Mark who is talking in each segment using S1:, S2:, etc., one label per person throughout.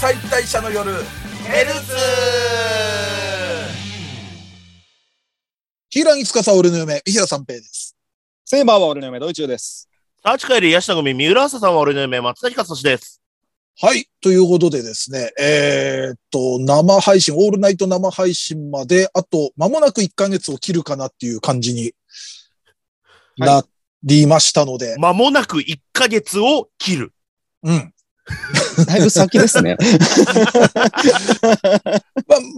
S1: 解体者の夜ヘルツ
S2: ヒーラン・イツカサ、俺の嫁、三平三平です。
S3: セイバーは俺の嫁、ドイチューです。
S4: アーチカエル、ヤシタゴミ、三浦朝さんは俺の夢、松崎勝利です。
S2: はい。ということでですね、えーっと、生配信、オールナイト生配信まで、あと、間もなく1ヶ月を切るかなっていう感じになりましたので、
S4: 間もなく1ヶ月を切る。
S2: うん。
S3: だいぶ先です ね。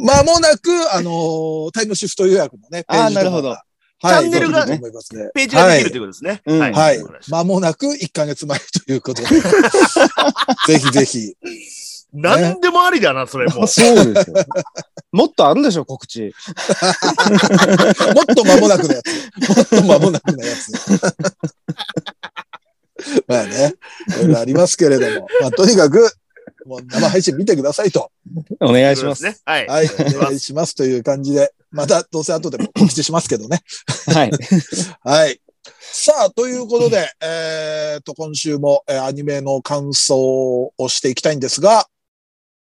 S2: ま、間もなく、あのータイムシフト予約のね、ペー
S3: あ
S2: ジ
S3: ー
S2: とか
S3: なるほど。
S2: は
S4: チ
S2: い、
S4: ャンネルが
S2: 出てると思いますね。
S4: ページができるということですね。
S3: うん。
S2: はい
S4: わかりま。した
S2: 間もなく1ヶ月前ということで。ぜひぜひ。
S4: 何でもありだな、それもう
S3: そうですよ。もっとあるんでしょ、告知。
S2: もっと間もなくのやつ。もっと間もなくのやつ。 まあね、いろいろありますけれども。まあ、とにかく、もう生配信見てくださいと。
S3: お願い
S4: そ
S3: し
S4: うで
S3: ます。
S4: すね。はい。
S2: はい、
S4: ます
S2: お願いしますという感じで。また、どうせ後でも告知しますけどね。
S3: はい。
S2: はい。さあ、ということで、えっと、今週も、えーアニメの感想をしていきたいんですが、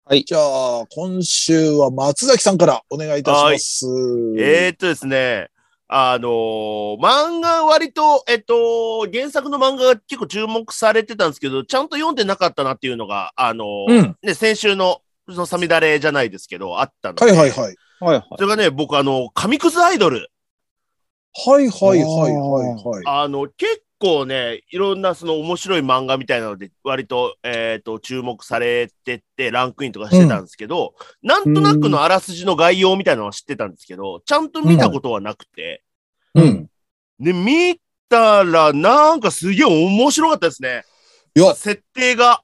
S3: はい
S2: じゃあ、今週は松崎さんからお願いいたします。
S4: えー、っとですね、あのー漫画割と、えっと、原作の漫画が結構注目されてたんですけど、ちゃんと読んでなかったなっていうのが、あのー
S2: うん。
S4: ね、先週の、そのサミダレじゃないですけど、あったので。
S2: はいはいはい。
S3: はいはい。
S4: それがね、僕、あの、紙くずアイドル。
S2: はいはいはいはいはい。
S4: あの、結構ね、いろんなその面白い漫画みたいなので、割と、えっ、と、注目されてて、ランクインとかしてたんですけど、なんとなくのあらすじの概要みたいなのは知ってたんですけど、ちゃんと見たことはなくて、
S2: うん。
S4: で、見たら、なんかすげえ面白かったですね。
S2: いや、
S4: 設定が。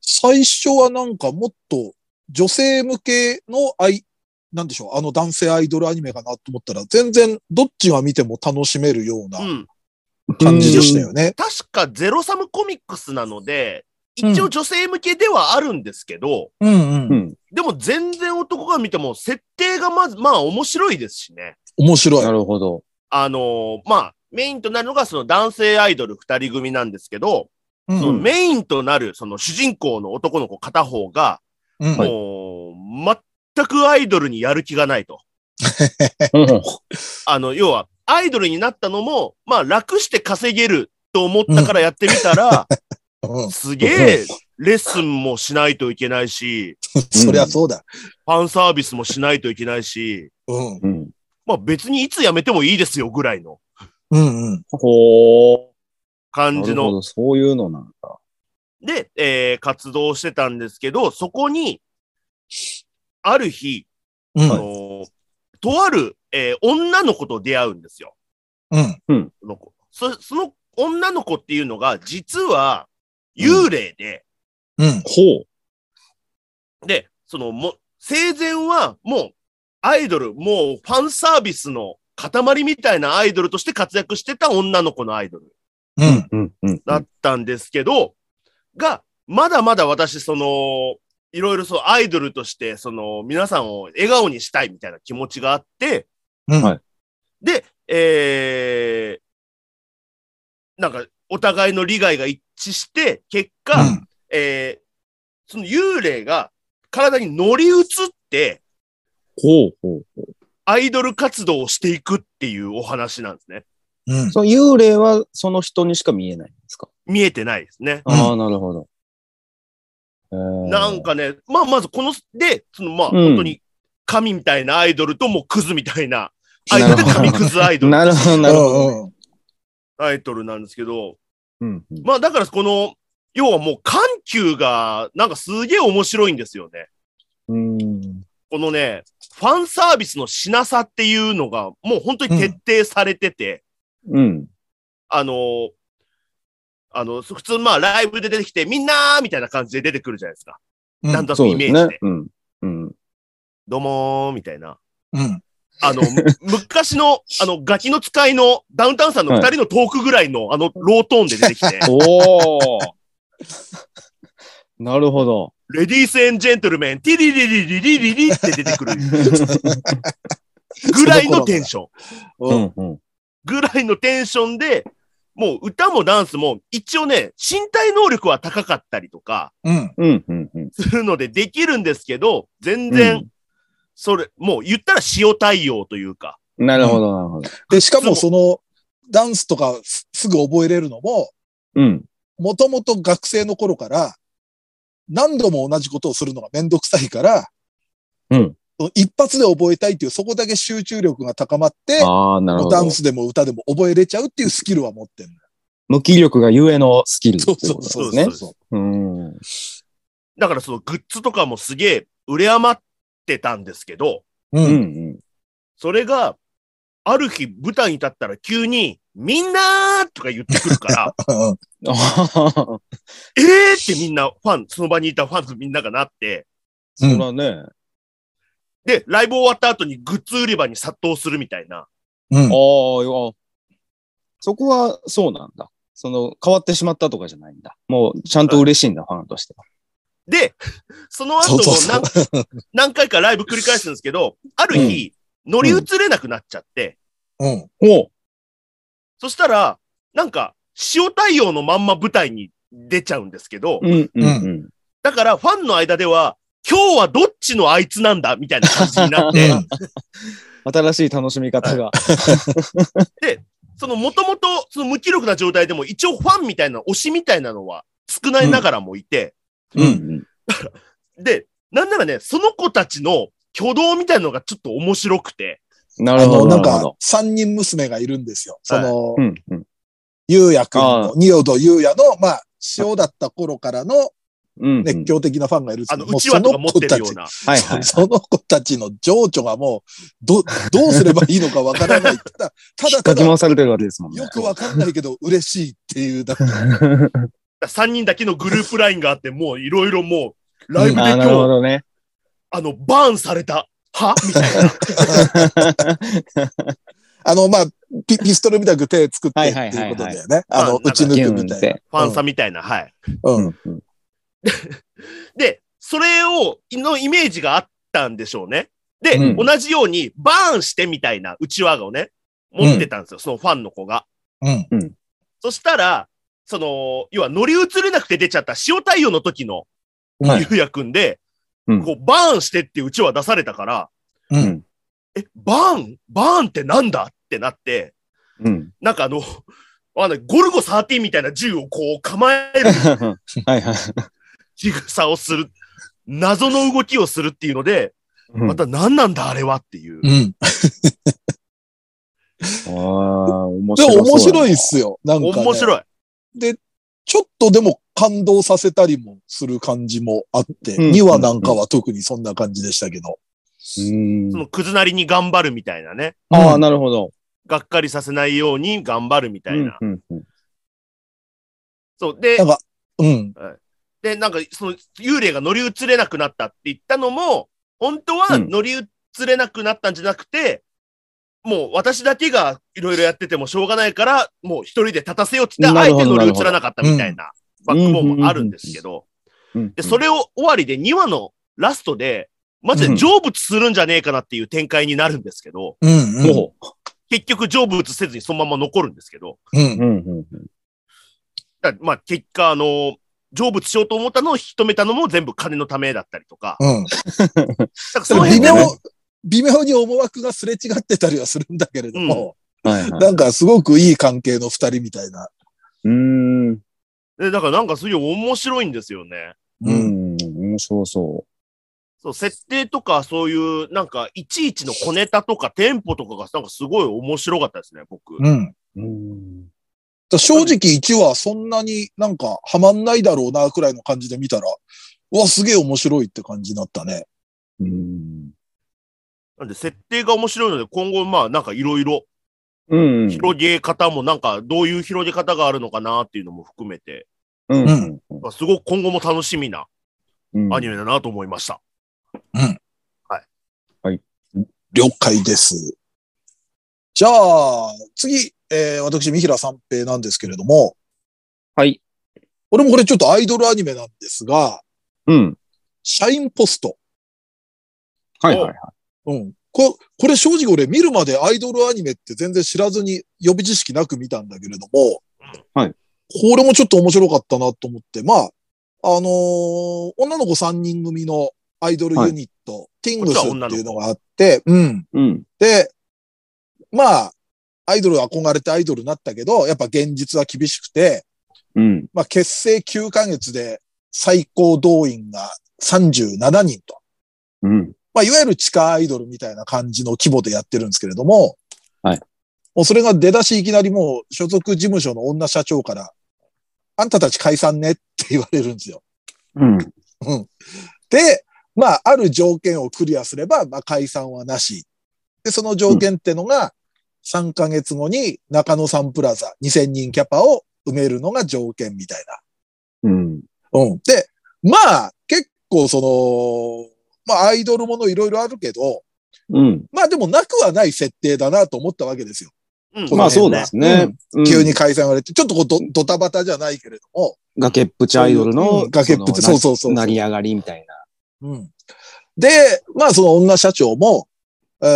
S2: 最初はなんかもっと女性向けのアイ、なんでしょう、あの男性アイドルアニメかなと思ったら、全然どっちが見ても楽しめるような
S4: うん。
S2: 感じでしたよね。
S4: 確かゼロサムコミックスなので、一応女性向けではあるんですけど、
S2: うん
S3: う
S2: うん。
S3: ん。
S4: でも全然男が見ても、設定がまず、まあ面白いですしね。
S2: 面白い。
S3: なるほど。
S4: あのーまあ、メインとなるのがその男性アイドル二人組なんですけど、
S2: うん
S4: そのメインとなるその主人公の男の子片方が、
S2: うん
S3: はい
S4: もう、全くアイドルにやる気がないと。あの、要は、アイドルになったのも、まあ、楽して稼げると思ったからやってみた ら、
S2: うん
S4: すげえ、レッスンもしないといけないし、
S2: そりゃそうだ。
S4: ファンサービスもしないといけないし、
S2: うん。
S3: うん。
S4: まあ別にいつ辞めてもいいですよぐらいの
S2: うんうん。
S3: ほー。
S4: 感
S3: な
S4: じ
S3: る
S4: の
S3: ほど、そういうのなんだ。
S4: で、えー活動してたんですけど、そこに、ある日、
S2: う
S4: あ
S2: ん。
S4: のーとある、えー女の子と出会うんですよ。
S2: うん。
S4: その子そその女の子っていうのが、実は幽霊で、
S2: うん。
S3: ほう。
S4: で、そのも、生前はもうアイドル、もうファンサービスの塊みたいなアイドルとして活躍してた女の子のアイドル。
S2: うん。
S3: うん、うん。
S4: だったんですけど、が、まだまだ私、その、いろいろそう、アイドルとして、その、皆さんを笑顔にしたいみたいな気持ちがあって、
S2: うん。
S3: はい
S4: で、えー、なんか、お互いの利害が一致して、結果、
S2: うん
S4: えー、その幽霊が体に乗り移って、
S3: ほう、ほう。
S4: アイドル活動をしていくっていうお話なんですね。
S2: うん。
S3: その幽霊はその人にしか見えないんですか
S4: 見えてないですね。
S2: うん
S3: ああ、なるほど。えー
S4: なん。かね、まあ、まずこの、で、そのまあ、
S3: うん
S4: 本当に、神みたいなアイドルともうクズみたいな、アイドルで
S3: なるほ
S4: 神
S3: ど
S4: クズアイドル、
S3: なるほど、なるほど。
S2: うん
S4: アイドルなんですけど、
S3: うんうん
S4: まあ、だからこの、要はもう緩急が、なんかすげえ面白いんですよね。
S3: うん。
S4: このね、ファンサービスのしなさっていうのが、もう本当に徹底されてて、
S3: うん。
S4: あの、あの、普通まあライブで出てきて、みんなーみたいな感じで出てくるじゃないですか。
S2: うん
S4: なんとなく
S3: そ
S4: イ
S3: う
S4: メ
S3: で
S4: ー
S3: す
S4: ジで。
S3: ね。うん。うん。、
S4: どうもーみたいな。
S2: うん。
S4: あの、む昔の、あの、ガキの使いのダウンタウンさんの二人のトークぐらいの、あの、ロートーンで出てきて
S3: おお。 なるほど。
S4: レディースエンジェントルメン、ティリリリリリリリって出てくるぐらいのテンション。
S3: うんうん。
S4: ぐらいのテンションで、もう歌もダンスも一応ね、身体能力は高かったりとか
S2: うん。
S3: うん、うん、うん。
S4: するのでできるんですけど、全然、それ、もう言ったら塩対応というか、
S3: なるほど、なるほど。
S2: で、しかもその、ダンスとかすすぐ覚えれるのも、
S3: うん。
S2: もともと学生の頃から、何度も同じことをするのがめんどくさいから、
S3: うん。
S2: 一発で覚えたいという、そこだけ集中力が高まって、
S3: ああ、なるほ
S2: ダ
S3: ど
S2: ン。スでも歌でも覚えれちゃうっていうスキルは持ってる。
S3: 無気力がゆえのスキルっていうことです
S2: そ
S3: ね。
S2: う
S4: です
S2: そう
S4: ね
S2: そう。
S3: うん。
S4: だからそのグッズとかもすげえ売れ余ってたんですけど、
S2: う。
S3: うんん。
S4: それが、ある日舞台に立ったら急に、みんなーとか言ってくる から、
S3: あははは
S4: えーってみんなファン、その場にいたファンのみんながなって、
S3: そらね。
S4: で、ライブ終わった後にグッズ売り場に殺到するみたいな。
S2: うん
S3: あ。あ、よそこはそうなんだ。その、変わってしまったとかじゃないんだ。もう、ちゃんと嬉しいんだ、ファンとしては。
S4: で、その後
S2: そ
S4: も
S2: うそうそ
S4: 何
S2: う。
S4: 何回かライブ繰り返すんですけど、ある日、乗り移れなくなっちゃって、
S2: うん。
S3: おう
S4: そしたら、なんか、塩対応のまんま舞台に出ちゃうんですけど、
S3: うん、うん、うん。
S4: だからファンの間では、今日はどっちのあいつなんだみたいな感じになっ
S2: う
S4: て、
S2: ん
S3: 新しい楽しみ方が。
S4: そのもともとその無気力な状態でも一応ファンみたいな推しみたいなのは少ないながらもいて、
S2: うん
S3: ん。
S4: で、なんならね、その子たちの挙動みたいなのがちょっと面白くて、
S3: な
S2: あ
S3: るほ
S2: の、
S3: ど。
S2: なん
S3: るほ
S2: か
S3: ど、
S2: 三人娘がいるんですよ。その
S3: う、ん、うん。
S2: ゆうやくん
S3: あ
S2: の、ニオドゆうやの、まあ、塩だった頃からの
S3: うん、うん
S2: 熱。狂的なファンがいるんです
S4: あ
S2: け
S4: の、
S2: ど、
S4: うちわとか持ってるような。
S3: はい、はい。
S2: その子たちの情緒がもう、ど、どうすればいいのかわからない。ただ、た
S3: 引
S2: だ
S3: っ
S2: た
S3: かき
S2: だ、よ
S3: 回されてるわけですもんね。
S2: くわかんないけど嬉しいっていう、だから
S4: 3人だけのグループラインがあって、もういろいろもう、ライブで
S3: あー
S4: 今
S3: なるほ
S4: 日、
S3: どね。
S4: あの、バーンされた、はみたいな。
S2: あの、まあ、ピピストルみたく手作って
S3: は
S2: っ
S3: い
S2: て
S3: はいはい
S2: い
S3: はいう
S2: ことだよね。あの、
S4: まあ
S2: 打ち抜くみ
S3: ギュン
S2: た
S3: っ
S2: いな。
S3: て。
S4: ファンさんみたいな、はい。
S2: う。
S3: うんんうん
S4: で、それを、のイメージがあったんでしょうね。で、
S2: うん
S4: 同じように、バーンしてみたいなうちわをね、持ってたんですよ、そのファンの子が。
S2: うん。
S4: そしたら、その、要は乗り移れなくて出ちゃった塩対応の時の
S2: はい
S4: ゆうやくんで、
S3: うん
S4: こう、バーンしてってうちわ出されたから、
S2: うん。
S4: え、バーンバーンってなんだってなって、
S3: うん。
S4: なんかあの、あのゴルゴ13みたいな銃をこう構える
S3: はいはい。
S4: 仕草をする、謎の動きをするっていうので、また何なんだあれはっていう。
S2: うん。
S3: ああ、面
S2: で、
S3: 白い。
S2: 面白いっ。すよ。なんか、ね。
S4: 面白い。
S2: ちょっとでも感動させたりもする感じもあって、
S3: うん
S2: 2話なんかは特にそんな感じでしたけど。
S3: うん
S4: そ。のクズなりに頑張るみたいなね。
S3: ああ、なるほど。
S4: がっかりさせないように頑張るみたいな。
S3: うんうんうん
S4: そう。で
S2: なん、か、うん。
S4: で、なんか、その、幽霊が乗り移れなくなったって言ったのも、本当は
S3: うん
S4: 乗り移れなくなったんじゃなくて、もう私だけがいろいろやっててもしょうがないから、もう一人で立たせようって言って、あ
S3: な
S4: え
S3: るほ
S4: て
S3: ど
S4: 乗り移らなかったみたいなバ
S3: なる
S4: ッ
S3: ほ
S4: ク
S3: ど
S4: ボーンもあるんですけど、
S3: うん
S4: で、それを終わりで2話のラストで、マジで成仏するんじゃねえかなっていう展開になるんですけど、
S2: うん、うん。
S3: ほ
S4: 結局成仏せずにそのまま残るんですけど、
S2: う。
S3: うんうんうん
S4: だまあ結果、あの、成仏しようと思ったのを引き止めたのも全部金のためだったりとか、
S2: うん。
S4: だから
S2: で
S4: そ
S2: も
S4: の
S2: 微
S4: 辺
S2: 妙
S4: がね、
S2: 微妙に思惑がすれ違ってたりはするんだけれども、
S3: はいはい。
S2: なんかすごくいい関係の二人みたいな。
S3: うーん。
S4: えだからなんかすごい面白いんですよね。
S3: う。ん。面白そ
S4: そう、設定とかそういう、なんか、いちいちの小ネタとかテンポとかが、なんかすごい面白かったですね、僕。
S2: うん。だか
S3: う。うん。
S2: ら正直1話そんなになんかハマんないだろうな、くらいの感じで見たら、うわ、すげえ面白いって感じになったね。
S3: うん。
S4: なんで、設定が面白いので、今後、まあ、なんかいろいろ、
S3: うん。
S4: 広げ方も、なんか、どういう広げ方があるのかなっていうのも含めて、
S3: うん。
S4: まあすごく今後も楽しみな
S3: うん
S4: アニメだなと思いました。
S2: 了解です。じゃあ、次、えー、私、三平三平なんですけれども、
S3: はい。
S2: 俺もこれちょっとアイドルアニメなんですが、
S3: うん。
S2: シャインポスト。
S3: はいはいはい。
S2: うん。ここれ正直俺見るまでアイドルアニメって全然知らずに予備知識なく見たんだけれども、
S4: うん。
S2: これもちょっと面白かったなと思って、まあ、あのー女の子3人組のアイドルユニット、ティングスっていうのがあって、うん。
S3: うん。
S2: で、まあ、アイドル憧れてアイドルになったけど、やっぱ現実は厳しくて、
S3: うん。
S2: まあ結成9ヶ月で最高動員が37人と。
S3: うん。
S2: まあ、いわゆる地下アイドルみたいな感じの規模でやってるんですけれども、
S3: はい。
S2: もうそれが出だしいきなりもう所属事務所の女社長から、あんたたち解散ねって言われるんですよ。
S3: うん。
S2: で、まあ、ある条件をクリアすれば、まあ、解散はなし。で、その条件ってのが、3ヶ月後に中野サンプラザ2000人キャパを埋めるのが条件みたいな。
S3: うん。
S2: うん。で、まあ、結構その、まあ、アイドルものいろいろあるけど、
S3: うん。
S2: まあでもなくはない設定だなと思ったわけですよ。
S4: うん
S2: こ
S3: ま
S2: の辺
S3: あそうですね。うん
S2: 急に。解散言われて、ちょっとこうドドタバタじゃないけれども。
S3: 崖っぷちアイドルの。
S2: うん崖っぷち、
S3: そ
S2: そう
S3: の
S2: そうそう
S3: 成り上がりみたいな。
S2: うん。で、まあその女社長も、え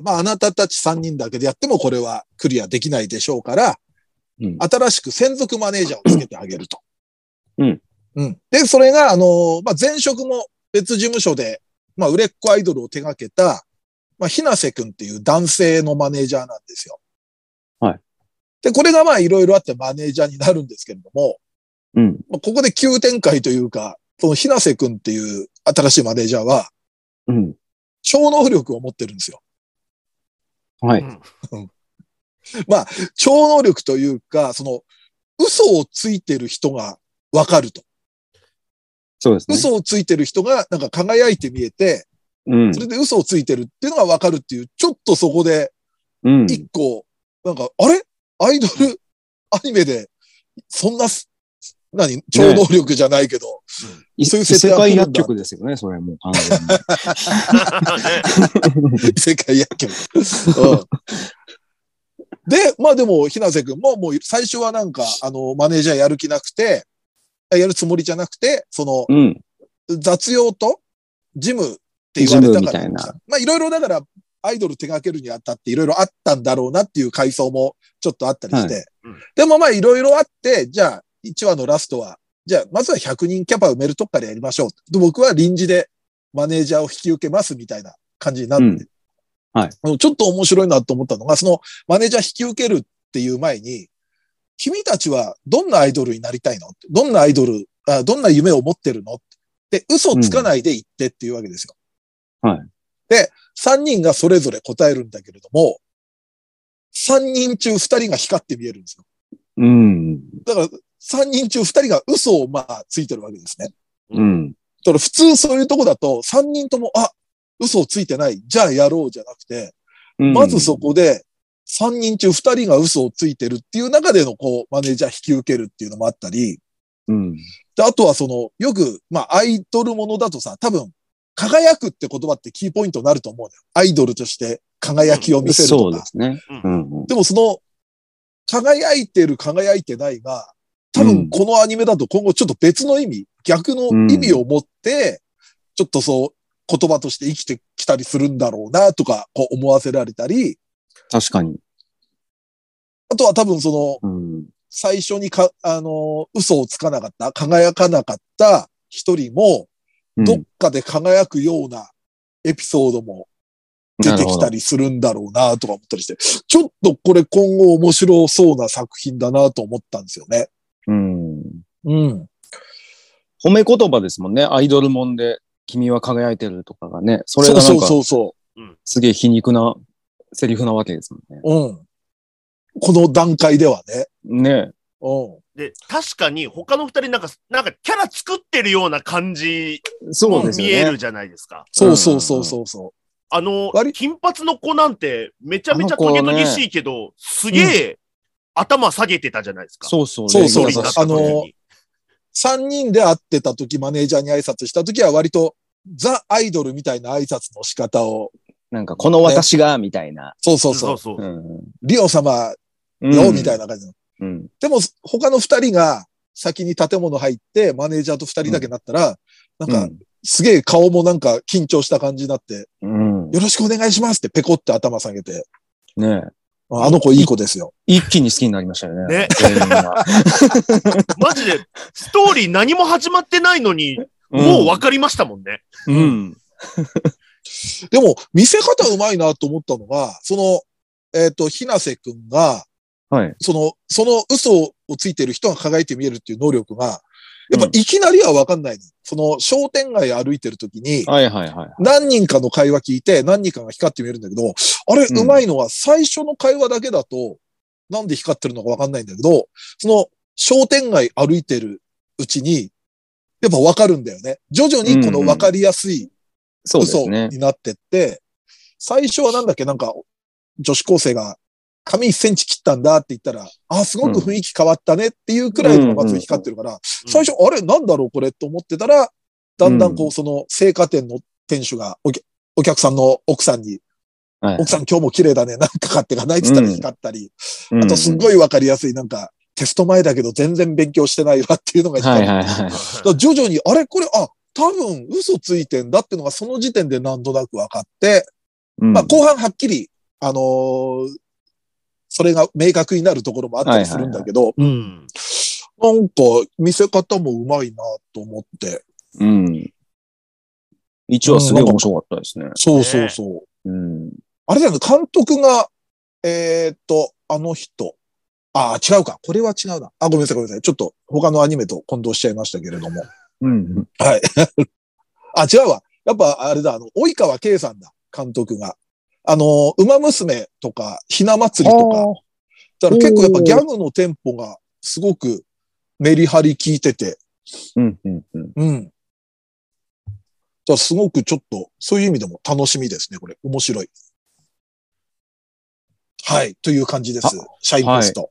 S2: ーまああなたたち3人だけでやってもこれはクリアできないでしょうから、
S3: うん
S2: 新しく専属マネージャーをつけてあげると。
S3: うん。
S2: うん。で、それが、あのーまあ前職も別事務所で、まあ売れっ子アイドルを手掛けた、まあ、ひなせくんっていう男性のマネージャーなんですよ。
S3: はい。
S2: で、これがまあいろいろあってマネージャーになるんですけれども、
S3: うん。
S2: まあここで急展開というか、その、ひなせくんっていう新しいマネージャーは、
S3: うん。
S2: 超能力を持ってるんですよ。
S3: は
S4: う
S3: い。
S4: ん
S2: 超能力というか、その、嘘をついてる人がわかると。
S3: そうですね。
S2: 嘘をついてる人がなんか輝いて見えて、
S3: うん
S2: そ。れで嘘をついてるっていうのがわかるっていう、ちょっとそこで
S3: うん。
S2: 一個、なんか、あれアイドルアニメで、そんなす、何超能力じゃないけど、
S3: い
S2: そういう
S3: 異
S2: 設定
S3: 世
S2: は来るん
S3: 界
S2: だ
S3: 薬局ですよね、そ れもう完全に。
S2: 世界野球。うん、で、まあでも、ひなせくんも、もう最初はなんか、あの、マネージャーやる気なくて、やるつもりじゃなくて、その、
S3: うん。
S2: 雑用と、ジムって言われたから。
S3: ジムみたいな
S2: まあいろいろだから、アイドル手掛けるにあたっていろいろあったんだろうなっていう回想もちょっとあったりして。
S4: うん
S2: でもまあいろいろあって、じゃあ1話のラストは、じゃあまずは100人キャパ埋めるとこからやりましょう。で僕は臨時でマネージャーを引き受けますみたいな感じになって。
S3: うんはい
S2: あのちょっと面白いなと思ったのが、そのマネージャー引き受けるっていう前に、君たちはどんなアイドルになりたいのどんなアイドルあ、どんな夢を持ってるので、嘘つかないで言ってっていうわけですよ。
S3: うんはい。
S2: で、3人がそれぞれ答えるんだけれども、3人中2人が光って見えるんですよ。
S3: うん。
S2: だから、3人中2人が嘘をまあついてるわけですね。
S3: うん。
S2: だから普通そういうとこだと、3人とも、あ、嘘をついてない、じゃあやろうじゃなくて、
S3: うん
S2: まずそこで、3人中2人が嘘をついてるっていう中での、こう、マネージャー引き受けるっていうのもあったり、
S3: うん。
S2: で、あとはその、よく、まあ、アイドルものだとさ、多分、輝くって言葉ってキーポイントになると思うのよ。アイドルとして輝きを見せる
S3: そ
S2: と
S3: う
S2: か。
S3: ですね。うん。
S2: でもその、輝いてる、輝いてないが、多
S3: う
S2: 分
S3: ん
S2: このアニメだと今後ちょっと別の意味、逆の意味を持って、ちょっとそう、言葉として生きてきたりするんだろうな、とか、こう思わせられたり、
S3: 確かに。
S2: あとは多分その、
S3: うん。
S2: 最初にか、あの、嘘をつかなかった、輝かなかった一人も、
S3: うん
S2: どっかで輝くようなエピソードも出てきたりするんだろうなとか思ったりして、ちょっとこれ今後面白そうな作品だなと思ったんですよね。
S3: うん。
S2: うん。
S3: 褒め言葉ですもんね。アイドルもんで、君は輝いてるとかがね。そ
S2: そ
S3: れがな
S2: そ
S3: ん
S2: う
S3: か、
S2: そうそ
S3: すげえ皮肉なセリフなわけですもんね。
S2: う。うん。この段階ではね。
S3: ね
S2: うん。
S4: で、確かに他の二人なんか、なんかキャラ作ってるような感じ
S3: え。そ
S4: も
S3: うですよ
S4: 見
S3: ね。
S4: えるじゃないですか。
S2: そうそうそうそうそう。
S4: あの
S2: 割、
S4: 金髪の子なんてめちゃめちゃト
S3: あの子
S4: ゲ
S3: ね
S4: トゲしいけど、すげえ頭下げてたじゃないですか。
S3: そうそう。
S2: そうそう
S3: 礼
S4: 一
S3: 儀
S4: 人だ
S2: そう
S4: っ
S3: 正し
S4: 時
S3: た
S4: に
S2: あの三人で会ってた時、マネージャーに挨拶した時は割とザ・アイドルみたいな挨拶の仕方を、
S3: なんか、この私が、みたいな。
S2: そうそう
S4: そ
S2: そうう、
S4: そうう。
S3: ん。
S2: リオ様よ、みたいな感じの。
S3: うん。
S2: でも、他の二人が先に建物入って、マネージャーと二人だけになったら、なんか、すげえ顔もなんか緊張した感じになって、
S3: うん。うん。
S2: よろしくお願いしますってペコって頭下げて、
S3: ねえ。
S2: あの子いい子ですよ。
S3: 一気に好きになりましたよね。
S4: ね
S3: 全員が
S4: マジで、ストーリー何も始まってないのに、もう分かりましたもんね。
S3: うん。うん。
S2: でも、見せ方うまいなと思ったのが、その、えっ、と、ひなせくんが、
S3: はい。
S2: その、その嘘をついてる人が輝いて見えるっていう能力が、やっぱ
S3: うん
S2: いきなりはわかんないの、その商店街歩いてる時に、
S3: はいはいはい。
S2: 何人かの会話聞いて、何人かが光って見えるんだけど、あれ、
S3: うん
S2: うまいのは最初の会話だけだと、なんで光ってるのかわかんないんだけど、その商店街歩いてるうちに、やっぱわかるんだよね。徐々にこのわかりやすい
S3: そうです
S2: 嘘
S3: ね。
S2: になってって、最初はなんだっけ、なんか、女子高生が、髪1センチ切ったんだって言ったら、あ、すごく雰囲気変わったねっていうくらいのがまず光ってるから、最初、あれ、なんだろう、これと思ってたら、だんだんこ
S3: う
S2: う、その、青果店の店主がお客、お客さんの奥さんに、
S3: はい
S2: 奥さん今日も綺麗だね、なんか買ってかないって言ったら光ったり、あとすっ
S3: い。
S2: ごいわかりやすい、なんか、テスト前だけど全然勉強してないわっていうのが光
S3: は
S2: っ
S3: い
S2: て
S3: はいはい。
S2: だから徐々に、あれこれ、あ、多分嘘ついてんだってのがその時点で何となく分かって、
S3: ま
S2: まあ後半はっきり、あのーそれが明確になるところもあったりするんだけど、
S4: うん。
S2: なんか見せ方もうまいなと思って。
S3: うん。一話すごい面白かったですね。
S2: そうそうそう。
S3: うん。
S2: あれだよね、監督が、えーっと、あの人。ああ、違うか。これは違うな。あ、ごめんなさい、ごめんなさい。ちょっと他のアニメと混同しちゃいましたけれども。
S3: うん。
S2: はい。 あ、違うわ。やっぱ、あれだ、あの、及川圭さんだ、監督が。あの、馬娘とか、ひな祭りとか。だから結構やっぱギャグのテンポがすごくメリハリ効いてて。
S3: うん。うん。うん。
S2: うん。じゃすごくちょっと、そういう意味でも楽しみですね、これ。面白い。はい、という感じです。シャインポスト。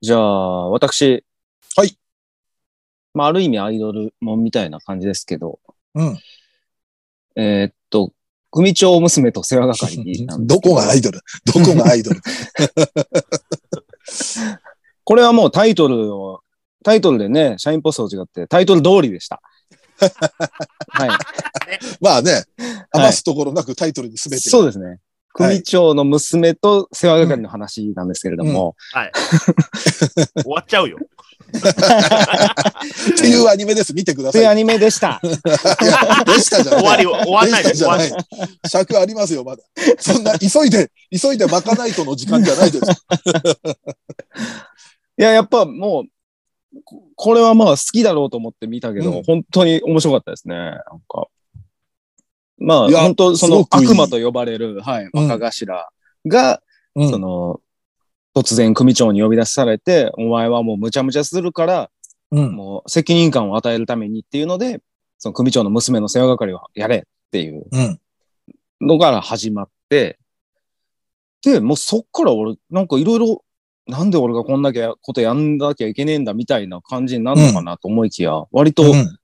S3: じゃあ、私。
S2: はい。
S3: まあ、ある意味アイドルもんみたいな感じですけど。
S2: うん。
S3: えーっと、組長娘と世話 係なんで
S2: ど
S3: すけ
S2: こがアイドルどこがアイ ドル
S3: これはもうタイトルを、タイトルでね、社員ポストと違って、タイトル通り でした。はい。
S2: まあね、
S3: はい
S2: 余すところなくタイトルに全てが。
S3: そうですね。組長の娘と世話係の話なんですけれども、
S4: 終わっちゃうよ。
S2: っていうアニメです。見てくだ
S3: と
S2: さい。
S3: いうアニメでした。
S2: いや、でしたじゃない。
S4: 終わりを、終わんないで
S2: で
S4: 終
S2: したじゃ
S4: わんな。
S2: ないい。尺ありますよ、まだ。そんな、急いで、急いでまかないとの時間じゃないです。
S3: いや、やっぱもう、ここれはまあ好きだろうと思って見たけど、
S2: うん
S3: 本当に面白かったですね。なんか。まあ、
S2: いや
S3: 本当その
S2: すごくいい
S3: 悪魔と呼ばれる、はい、
S2: うん
S3: 若頭が、
S2: う
S3: その、突然組長に呼び出されて、お前はもうむちゃむちゃするから、
S2: うん。
S3: もう責任感を与えるためにっていうので、その組長の娘の世話係をやれっていう
S2: うん。
S3: のから始まって、で、もうそっから俺、なんかいろいろ、なんで俺がこんだけことやんなきゃいけねえんだみたいな感じになるのかなと思いきや、割と、
S2: う
S3: わ
S2: ん。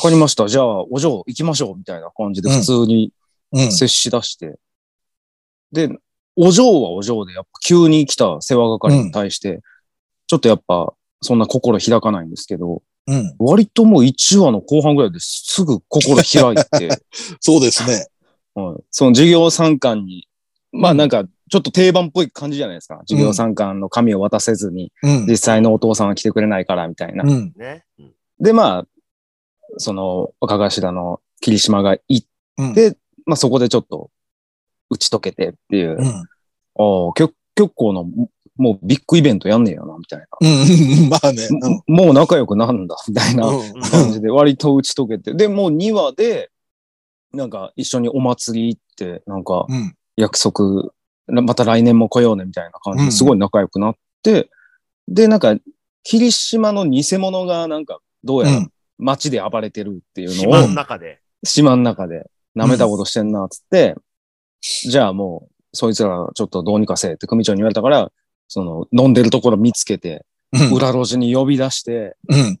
S3: かりました、じゃあお嬢行きましょうみたいな感じで
S2: うん
S3: 普通に
S2: うん。
S3: 接し出して、で、お嬢はお嬢で、やっぱ急に来た世話係に対して、ちょっとやっぱ、そんな心開かないんですけど、
S2: うん。
S3: 割ともう1話の後半ぐらいですぐ心開いて、
S2: そうですね。
S3: はいその授業参観に、まあなんかちょっと定番っぽい感じじゃないですか。授業参観の紙を渡せずに、
S2: うん。
S3: 実際のお父さんは来てくれないからみたいな。
S2: うん。
S4: ね。うん
S3: で、まあ、その若頭の霧島が行っ
S2: うん。
S3: て、まあそこでちょっと打ち解けてっていう、
S2: うん。
S3: ああ、結結構な、もうビッグイベントやんねえよな、みたいな。
S2: うん。まあね。
S3: ももう仲良くなんだ、みたいな。
S2: うん。
S3: 感じで割と打ち解けて。で、もう2話で、なんか一緒にお祭り行って、なんか
S2: うん。
S3: 約束、また来年も来ようねみたいな感じ
S2: う
S3: で、
S2: ん
S3: すごい仲良くなって、で、なんか、霧島の偽物がなんか、どうや
S2: う
S3: ら
S2: ん。
S3: 街で暴れてるっていうの
S4: 島
S3: を、
S4: の中で。
S3: 島の中で舐めたことしてんな、つって、じゃあもう、そいつらちょっとどうにかせえって組長に言われたから、その、飲んでるところ見つけて、裏路地に呼び出して、
S2: うん。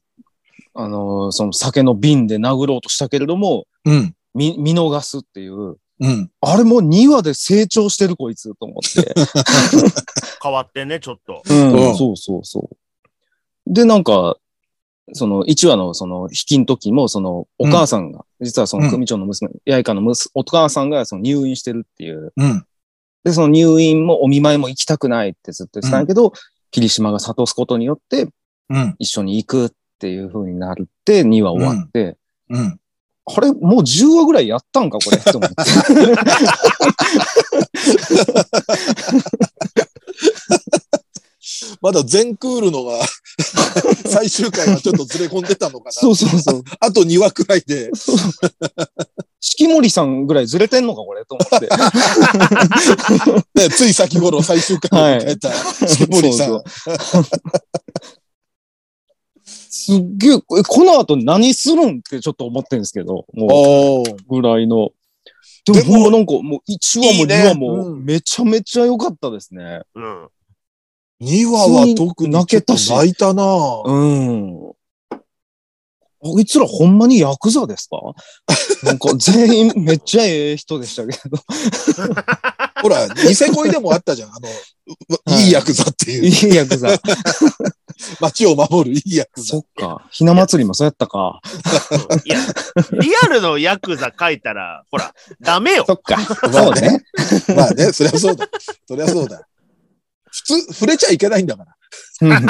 S3: あのーその酒の瓶で殴ろうとしたけれども、
S2: うん。
S3: 見、見逃すっていう。
S2: うん。
S3: あれもう2話で成長してるこいつと思って。
S4: 変わってね、ちょっと。
S3: うん
S2: うん
S3: そうそうそう。で、なんか、その1話のその引きの時も、そのお母さんが、実はその組長の娘、八重かの娘、お母さんがその入院してるっていう
S2: うん。
S3: で、その入院もお見舞いも行きたくないってずっと言ってたんやけど、霧島が諭すことによって
S2: うん。
S3: 一緒に行くっていう風になって、2話終わって、
S2: うん。
S3: あれもう10話ぐらいやったんかこれって 思って。
S2: まだ全クール のが、最終回はちょっとずれ込んでたのかな。
S3: そうそうそう。
S2: あと2話くらいで。
S3: 四季森さんぐらいずれてんのかこれと思って。
S2: ね、つい先頃最終回を迎えた、 しぼりさん。
S3: そうそうすっげえ、えこの後何するんってちょっと思ってるんですけど、も
S2: おー
S3: うぐらいの。でも
S2: でも
S3: ほんまなんかもう1話
S2: い
S3: も
S2: いね
S3: 2話も
S2: うん
S3: めちゃめちゃ良かったですね。
S4: うん。
S2: 2話は特に
S3: 泣けたし
S2: ちょっと泣いたなぁ
S3: うん。こいつらほんまにヤクザですかなんか全員めっちゃええ人でしたけど。
S2: ほら、ニセ恋でもあったじゃん。あの、
S3: はいう
S2: いいヤクザって
S3: い
S2: いう、
S3: いヤクザ。
S2: 街を守るいいヤクザ
S3: そ。っか。ひな祭りもそうやったか。
S4: いや、リアルのヤクザ書いたら、ほら、ダメよ。
S3: そっか。そうね。
S2: まあね、そりゃそうだ。そりゃそうだ。普通、触れちゃいけないんだか
S3: うん
S2: ら。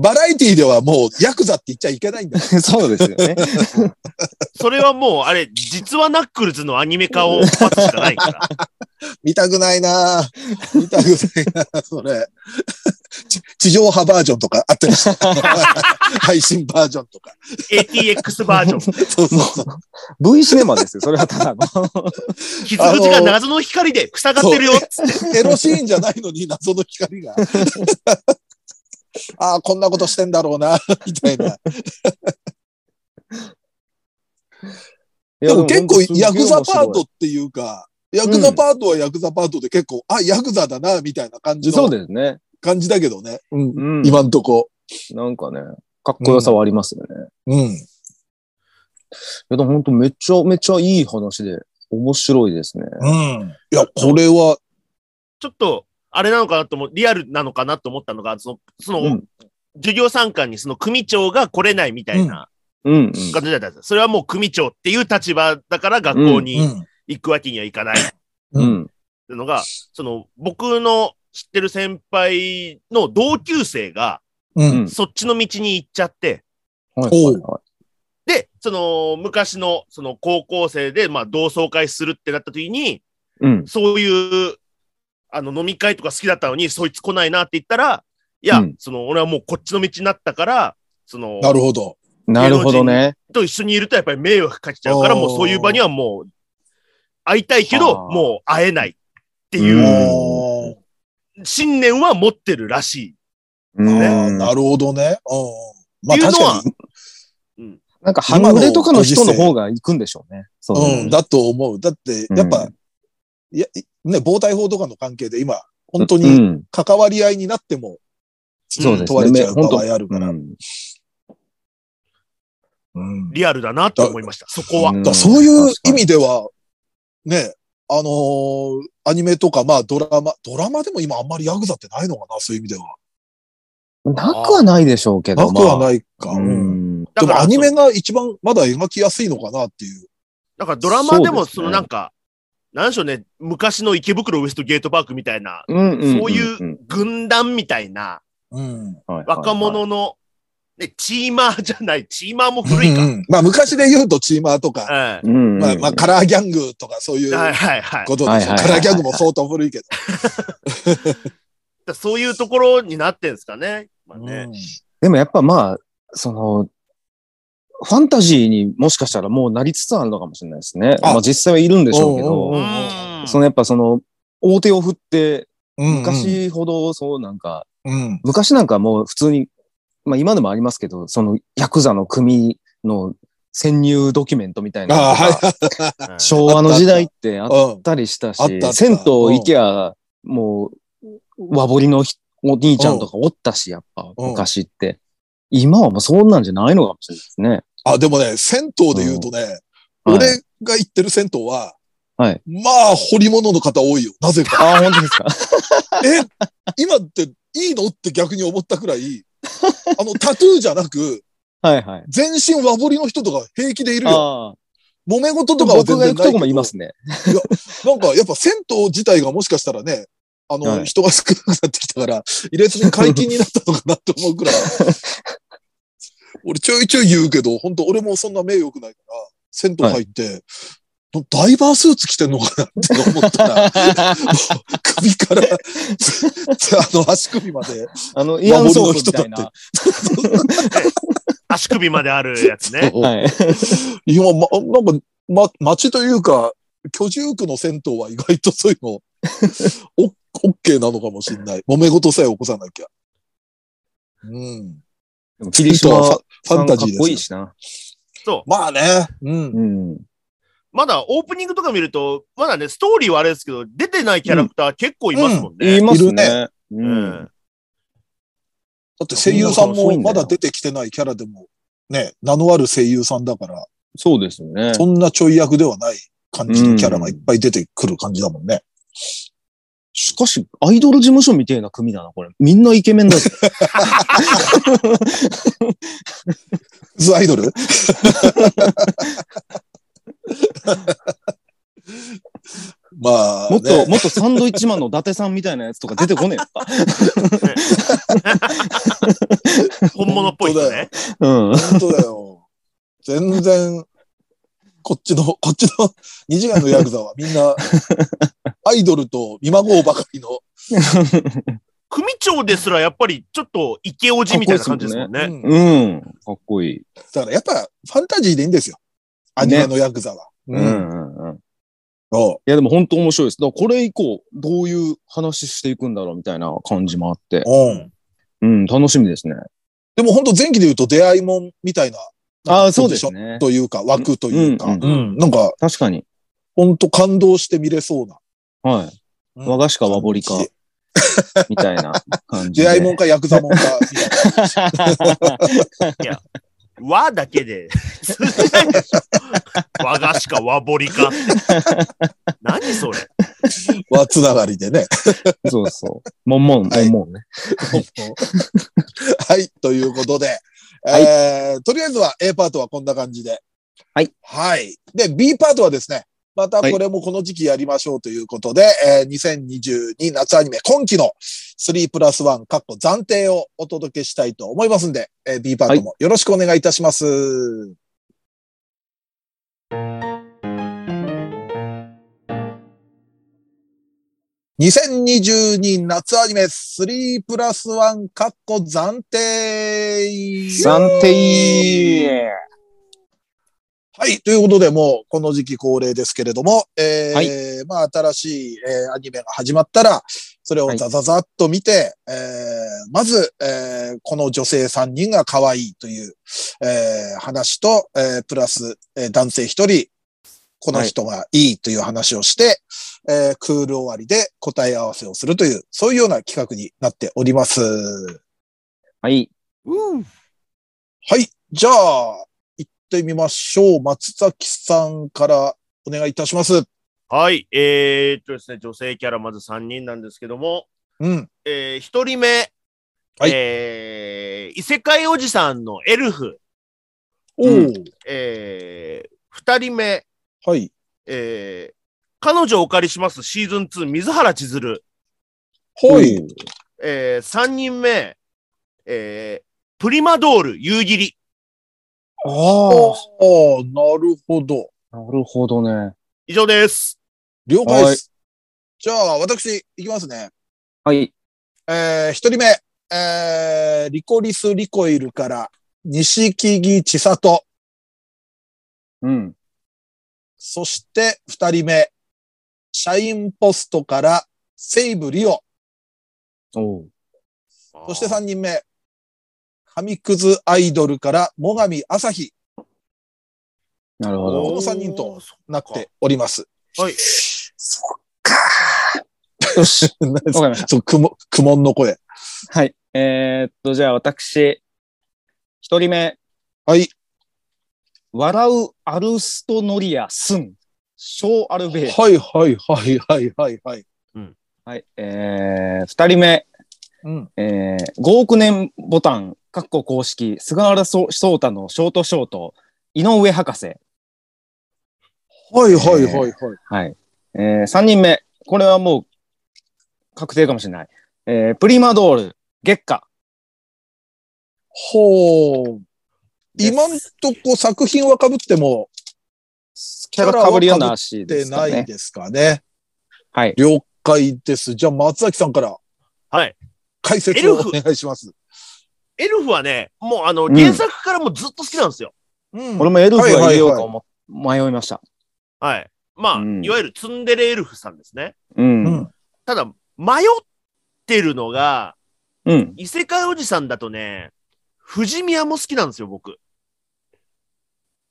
S2: バラエティではもう、ヤクザって言っちゃいけないんだ。
S3: そうですよね。
S4: それはもう、あれ、実はナックルズのアニメ化を待つしかないから。
S2: 見たくないなぁ見たくないなぁそれ。ち地上波バージョンとかあったり して。配信バージョンとか。
S4: ATX バージョン。
S2: そうそうそう。
S3: もう V シネマですよ。それはただの。
S4: 傷口が謎の光で塞がってるよ。
S2: エロシーンじゃないのに謎の光が。 ああ、こんなことしてんだろうな、みたいな。でも結構ヤクザパートっていうか、ヤクザパートはヤクザパートで結構、あ、ヤクザだな、みたいな感じ
S3: そう
S2: の
S3: ですね。
S2: 感じだけどね。うん
S3: うん。
S2: 今んとこ。
S3: なんかね、かっこよさはありますよね。い
S2: うん。
S3: や、でも本当めちゃめちゃいい話で、面白いですね。
S2: うん。いや、これは、
S4: ちょっと、あれなのかなと思、リアルなのかなと思ったのが、その、その、
S3: うん
S4: 授業参観にその組長が来れないみたいな
S3: うん、うん。
S4: 形だったんです、それはもう組長っていう立場だから学校
S2: う
S4: に
S2: ん。
S4: 行くわけにはいかないって
S2: う
S3: うんん。
S4: いうのが、その僕の知ってる先輩の同級生が
S2: うん。
S4: そっちの道に行っちゃって、
S3: はい
S2: おう
S3: はいは
S4: で、その昔のその高校生でまあ同窓会するってなった時に、
S3: い。うん。
S4: そういう、あの、飲み会とか好きだったのに、そいつ来ないなって言ったら、いや、
S3: うん
S4: その、俺はもうこっちの道になったから、その、
S2: なるほど。
S3: なるほどね。
S4: と一緒にいるとやっぱり迷惑かけちゃうから、
S2: おー
S4: もうそういう場にはもう、会いたいけ
S3: あ
S4: ど、
S3: ー
S4: もう会えないって
S2: う
S4: いう、
S2: ん。
S4: 信念は持ってるらし
S3: う
S2: あー
S3: ん
S2: なるほどね。うん。まあ
S4: っていう
S2: 確
S4: のは
S2: かに、
S3: なんか半グレとかの人の方が行くんでしょうね。そうう。
S2: ん、だと思う。だって、やっぱ、
S3: う
S2: いや、いね、防体法とかの関係で今、本当
S3: う
S2: に
S3: ん。
S2: 関わり合いになっても、
S3: そうですね。
S2: 問われちゃう場
S3: 本当
S2: 合あるから。
S3: うん
S2: うん
S4: い。リアルだなと思いました、そこは。
S3: うん
S2: だそういう
S3: 確か
S2: 意
S3: に
S2: 味では、ね、あのーアニメとか、まあドラマ、ドラマでも今あんまりヤクザってないのかな、そういう意味では。
S3: なくはないでしょうけ
S2: な
S3: ど。
S2: くは
S3: ま
S2: ないか。
S3: あ
S2: う
S3: うんん。
S4: だ
S2: で
S4: か
S2: も
S4: ら
S2: アニメが一番まだ描きやすいのかなっていう。
S4: だからドラマで
S3: そう
S4: も、
S3: です
S4: そ
S3: ね
S4: のなんか、なんでしょうね、昔の池袋ウエストゲートパークみたいな、
S3: うんんんん
S4: そういう軍団みたいな、
S2: うん。
S3: はいはいはい
S4: 若者の、ね、チーマーじゃない、チーマーも古いか。
S2: うんうんまあ昔で言うとチーマーとか、
S4: は
S3: うんうんうん
S2: まあ、まあカラーギャングとかそうい
S4: いうはいはいはい。
S2: こと
S3: は
S2: で
S3: い
S2: し
S3: はい
S2: ょ。
S3: はい
S2: カラーギャングも相当古いけど。
S4: だそういうところになってんですかね。まあね。
S3: でもやっぱまあ、その、ファンタジーにもしかしたらもうなりつつあるのかもしれないですね。
S2: あ
S3: まあ実際はいるんでしょうけ
S2: おう
S3: ど、
S2: ん
S4: うん
S3: そのやっぱその、大手を振って、
S2: うん
S3: 昔ほどそうなんか、
S2: うん。
S3: 昔なんかもう普通に、まあ今でもありますけど、そのヤクザの組の潜入ドキュメントみたいなの
S2: ああ、
S3: が
S2: はい。
S4: はい
S3: 昭和の時代ってあっ
S2: うん。
S3: たりしたし、
S2: あったあった
S3: 銭湯
S2: うん
S3: 行けや、もう、和彫りのひお兄ちゃんとかおったし、やっぱ、
S2: うん
S3: 昔って。今はもうそんなんじゃないのかもしれないですね。
S2: あ、でもね、銭湯で言うとね、
S3: はい
S2: 俺が行ってる銭湯は、
S3: はい
S2: まあ、掘り物の方多いよ。なぜか。
S3: ああ、本当ですか。
S2: え、今っていいのって逆に思ったくらい、あの、タトゥーじゃなく、
S3: はいはい。
S2: 全身和彫りの人とか平気でいるよ。
S3: あ
S2: 揉め事とかは
S3: 僕
S2: 全
S3: が
S2: 然
S3: 行
S2: ない
S3: くと
S2: け
S3: こ
S2: ど
S3: もいま すね。
S2: なんか、やっぱ銭湯自体がもしかしたらね、あの、
S3: はい
S2: 人が少なくなってきたから、入れずに解禁になったのかなって思うくらい。俺ちょいちょい言うけど、本当俺もそんな名誉くないから、銭湯入って、のダイバースーツ着てんのかなって思った ら、首から、つあの、足首まで、
S3: あの、イアンソースみたいな。
S4: 足首まであるやつね。
S3: はい。
S2: いや、ま、なんか、ま、町というか、居住区の銭湯は意外とそういう の、お、オッケーなのかもしれない。揉め事さえ起こさなきゃ。うん。
S3: でも霧島
S2: ファ
S3: さ
S2: ファン
S3: んか
S2: タジー
S3: っ
S2: です、
S3: こいいしな。
S4: そう。
S2: まあね。うん。
S3: うん。
S4: まだオープニングとか見ると、まだね、ストーリーはあれですけど、出てないキャラクター結構いますもん
S3: 言い
S4: ね。
S3: ます
S2: いるね
S3: ね。う。
S4: うんん。
S2: だって声優さん
S3: そんなことはそうい
S2: も
S3: いんだ
S2: ま
S3: よ
S2: だ出てきてないキャラでも、ね、名のある声優さんだから、
S3: そうですよね。
S2: そんなちょい役ではない感じのキャラがいっぱい出てくる感じだもんね。
S3: しかし、アイドル事務所みてえな組だな、これ。みんなイケメン だぜ。
S2: ズアイドル まあ、ね、
S3: もっと、もっとサンドイッチマンの伊達さんみたいなやつとか出てこねえやっぱ。
S4: 本物っぽい人ね。
S3: うん。
S2: 本当だよ。全然、こっちの、こっちの二次元のヤクザはみんな、アイドルと見まごうばかりの、
S4: 組長ですらやっぱりちょっとイケオジみたいな感じですもんね。
S2: うん
S3: うん。かっこいい。
S2: だからやっぱファンタジーでいいんですよ。アニメのヤクザは。
S3: うん
S2: うん
S3: うんうん。い
S2: そ
S3: や、でも本当面白いです。だからこれ以降、どういう話していくんだろうみたいな感じもあって。
S2: う。うん。
S3: うん、楽しみですね。
S2: でも本当前期で言うと出会いもんみたいな
S3: ああ、そうですね。
S2: というか枠というか、
S3: うんうん
S4: うん
S2: なんか
S3: 確かに。
S2: 本当感動して見れそうな。
S3: はい。
S2: うん
S3: 和菓子か和堀か、みたいな感 じ
S2: 出
S3: で。
S2: 会いもんかヤクザもんか みたいな。
S4: 和だけで通じないでしょ。和菓子か和彫りかって。何それ。
S2: はつながりでね。
S3: そうそう。もんもん、もんもんね。
S2: はい、ということで、
S3: はい
S2: えーとりあえずは A パートはこんな感じで。
S3: はい。
S2: はい。で、B パートはですね、またこれもこの時期やりましょうということで、えー2022夏アニメ今期の3プラス1、かっこ暫定をお届けしたいと思いますんで、えー B パートもよろしくお願いいたします。2022夏アニメ3プラス1かっこ暫定
S3: 暫定
S2: はい。ということで、もう、この時期恒例ですけれども、えー
S3: は
S2: まあ、新しい、えーアニメが始まったら、それをザザザっと見て、えーまず、えーこの女性3人が可愛いという、えー話と、えープラス、えー男性1人、この人がいいという話をして、えークール終わりで答え合わせをするという、そういうような企画になっております。
S3: はい。
S2: はい。じゃあ、行ってみましょう。松崎さんからお願いいたします。
S4: はい。えー、っとですね、女性キャラまず3人なんですけども、
S2: うん。
S4: えー、1人目、
S2: はい
S4: えー異世界おじさんのエルフ、
S2: おお、
S3: うん
S4: えー、2人目、
S2: はい。
S4: えー、彼女をお借りしますシーズン2、水原千鶴、
S2: は
S3: う
S2: い。
S3: ん。
S4: えー、3人目、えー、プリマドール夕霧、
S3: あ
S2: ああ、なるほど。
S3: あ。なるほどね。
S4: 以上です。
S2: 了解です。じゃあ、私、いきますね。
S3: はい。
S2: えー、一人目、えー、リコリス・リコイルから、西木木千里。
S3: うん。
S2: そして、二人目、社員ポストから、セイブ・リオ。
S3: おう
S2: そして三人目、神くずアイドルから、最上朝日。
S3: なるほ
S2: こ
S3: ど。
S2: の三人となっております。
S4: はい。
S2: そっか。よ し。
S3: わかりまし た。
S2: そう、くも、苦悶の声。
S3: はい。えーっと、じゃあ私、一人目、
S2: はい。
S3: 笑うアルストノリアスン、ショーアルベー。
S2: はいはいはいはいはいはい。
S3: はい。えー、二人目、
S2: うん。
S3: えー、5億年ボタン、括弧公式、菅原そ翔太のショートショート、井上博士。
S2: はいはいはいはい。
S3: はい。えー、3人目。これはもう、確定かもしれない。えー、プリマドール、月下。
S2: ほう。今んとこ作品は被っても
S3: キャラかぶりようなし
S2: 出
S3: ですか
S2: ない
S3: ね。
S2: ですかね。
S3: はい。
S2: 了解です。じゃあ松崎さんから
S4: はい。
S2: 解説をお願いします。
S4: エルフはね、もうあの、
S3: うん
S4: 原作からもうずっと好きなんですよ。
S2: うん
S3: 俺もエルフは入れよう
S2: はいは
S3: と
S2: い
S3: 思っ、迷いました。
S4: はい。まあ、
S3: うん
S4: いわゆるツンデレエルフさんですね。
S3: うん。
S2: う
S3: うんん。
S4: ただ、迷ってるのが、異世界おじさんだとね、藤宮も好きなんですよ、僕。っ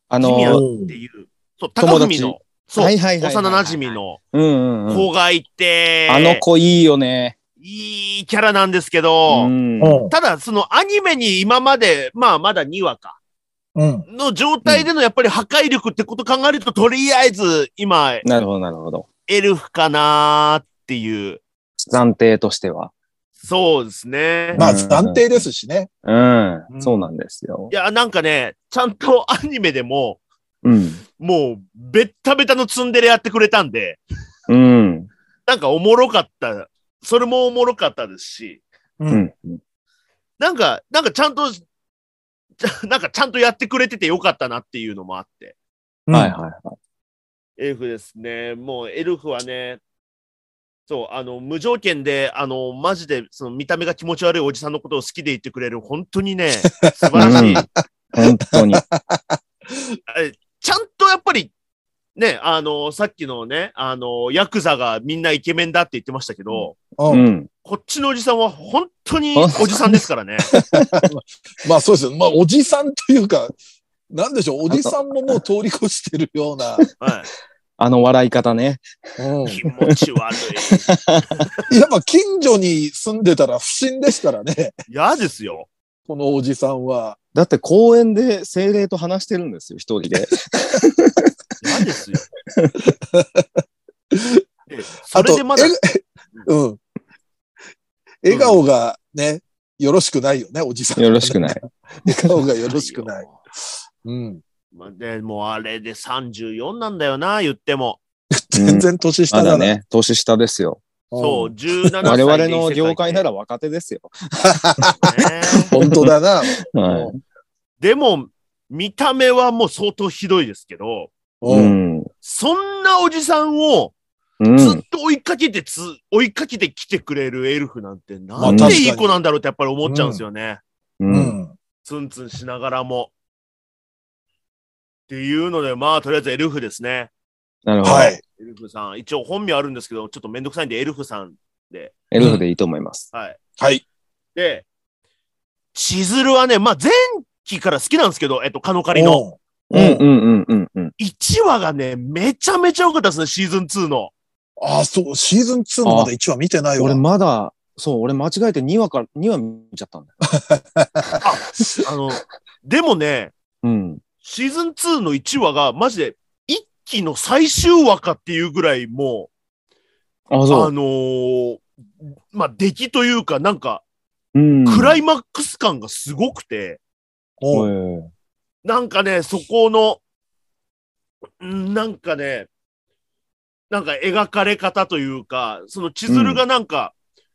S3: あ
S4: ジミ
S3: の
S4: ヤ
S3: ー、
S4: ていう。そう、高文の、そう、
S3: はいはいはいはいはい
S4: 幼馴染の
S3: うんうんうん。
S4: 子がいて、
S3: あの子いいよね。
S4: いいキャラなんですけ
S3: う
S4: ど、
S3: ん。
S2: うん
S4: ただ、そのアニメに今まで、まあまだ2話か、
S2: うん。
S4: の状態でのやっぱり破壊力ってこと考えると、とりあえず今、
S3: なるほど、なるほど。
S4: エルフかなーっていう。
S3: 暫定としては。
S4: そうですね。
S2: まあ暫定ですしね。
S3: うん
S2: う。ん
S3: そうなんですよ
S4: い。や、なんかね、ちゃんとアニメでも、
S3: うん。
S4: もう、ベッタベタのツンデレやってくれたんで、
S3: うん。
S4: なんかおもろかった。それもおもろかったですし、
S2: う。
S3: うんん。
S4: なんか、なんかちゃんと、ち ゃなんかちゃんとやってくれててよかったなっていうのもあって。
S3: はいはいは
S4: エルフですね。もうエルフはね、そう、あの、無条件で、あの、マジで、その見た目が気持ち悪いおじさんのことを好きで言ってくれる、本当に ね、素晴らしい。
S3: うんい。本当に。
S4: ちゃんとやっぱり、ね、あの、さっきのね、あの、ヤクザがみんなイケメンだって言ってましたけど、
S2: う
S3: うんん。
S4: こっちのおじさんは本当におじさんですから ね。
S2: まあそうですよ。まあおじさんというか、なんでしょう。おじさんももう通り越してるような。
S4: は
S3: あの笑い方ね。
S2: うん
S4: い、気持ち悪い。
S2: やっぱ近所に住んでたら不審でしたらね。
S4: 嫌ですよ。
S2: このおじさんは。
S3: だって公園で精霊と話してるんですよ、一人で。
S4: 嫌です よ。でそれでまだ
S2: あ、と、えうん。笑顔がね、よろしくないよね、おじさん。
S3: よろしくない。
S2: 笑顔がよろしくない。。うん。
S4: まあ、でもうあれで34なんだよな、言っても。
S2: 全然年下
S3: ま
S2: だ
S3: だ
S2: な。
S3: ね、年 下ですよ。
S2: うん
S4: そう、17歳
S3: 我
S4: で
S3: 々の業界な
S4: ら。
S3: ら若手ですよ。
S4: ね
S2: 本当だな。
S3: はい。
S4: でも、見た目はもう相当ひどいですけど、
S2: う。
S3: うんん。
S4: そんなおじさんを
S3: う
S4: ずっ
S3: ん。
S4: と追いかけてつ、追いかけてきてくれるエルフなんて、
S2: ま
S4: な
S3: あ
S4: んでいい子なんだろうってやっぱり思っちゃうんですよね。
S3: う。
S2: うんん。
S4: ツンツンしながらも。っていうので、まあ、とりあえずエルフですね。
S3: なるほど。
S2: はい。
S4: エルフさん。一応本名あるんですけど、ちょっとめんどくさいんで、エルフさんで。
S3: エルフでいいと思います。
S4: はい。
S2: はい。
S4: で、千鶴はね、まあ、前期から好きなんですけど、えっと、カノカリの。
S2: お
S3: うんうんうんうんうん。
S4: 1話がね、めちゃめちゃ良かったですね、シーズン2の。
S2: あ、そう、シーズン2のまだ1話見てないわ
S3: 俺。まだ、そう、俺間違えて2話から、2話見ちゃったんだよ。
S4: あの、でもね、
S3: うん。
S4: シーズン2の1話が、マジで、1期の最終話かっていうぐらい、も
S3: あ、
S4: う、
S3: そ
S4: あ
S3: う。
S4: のーまあ、出来というか、なんか、
S3: うん。
S4: クラ
S3: い。
S4: イマックス感がすごくて、
S2: お
S4: なんかね、そこの、んなんかね、なんか描かれ方というか、その千鶴がなんか、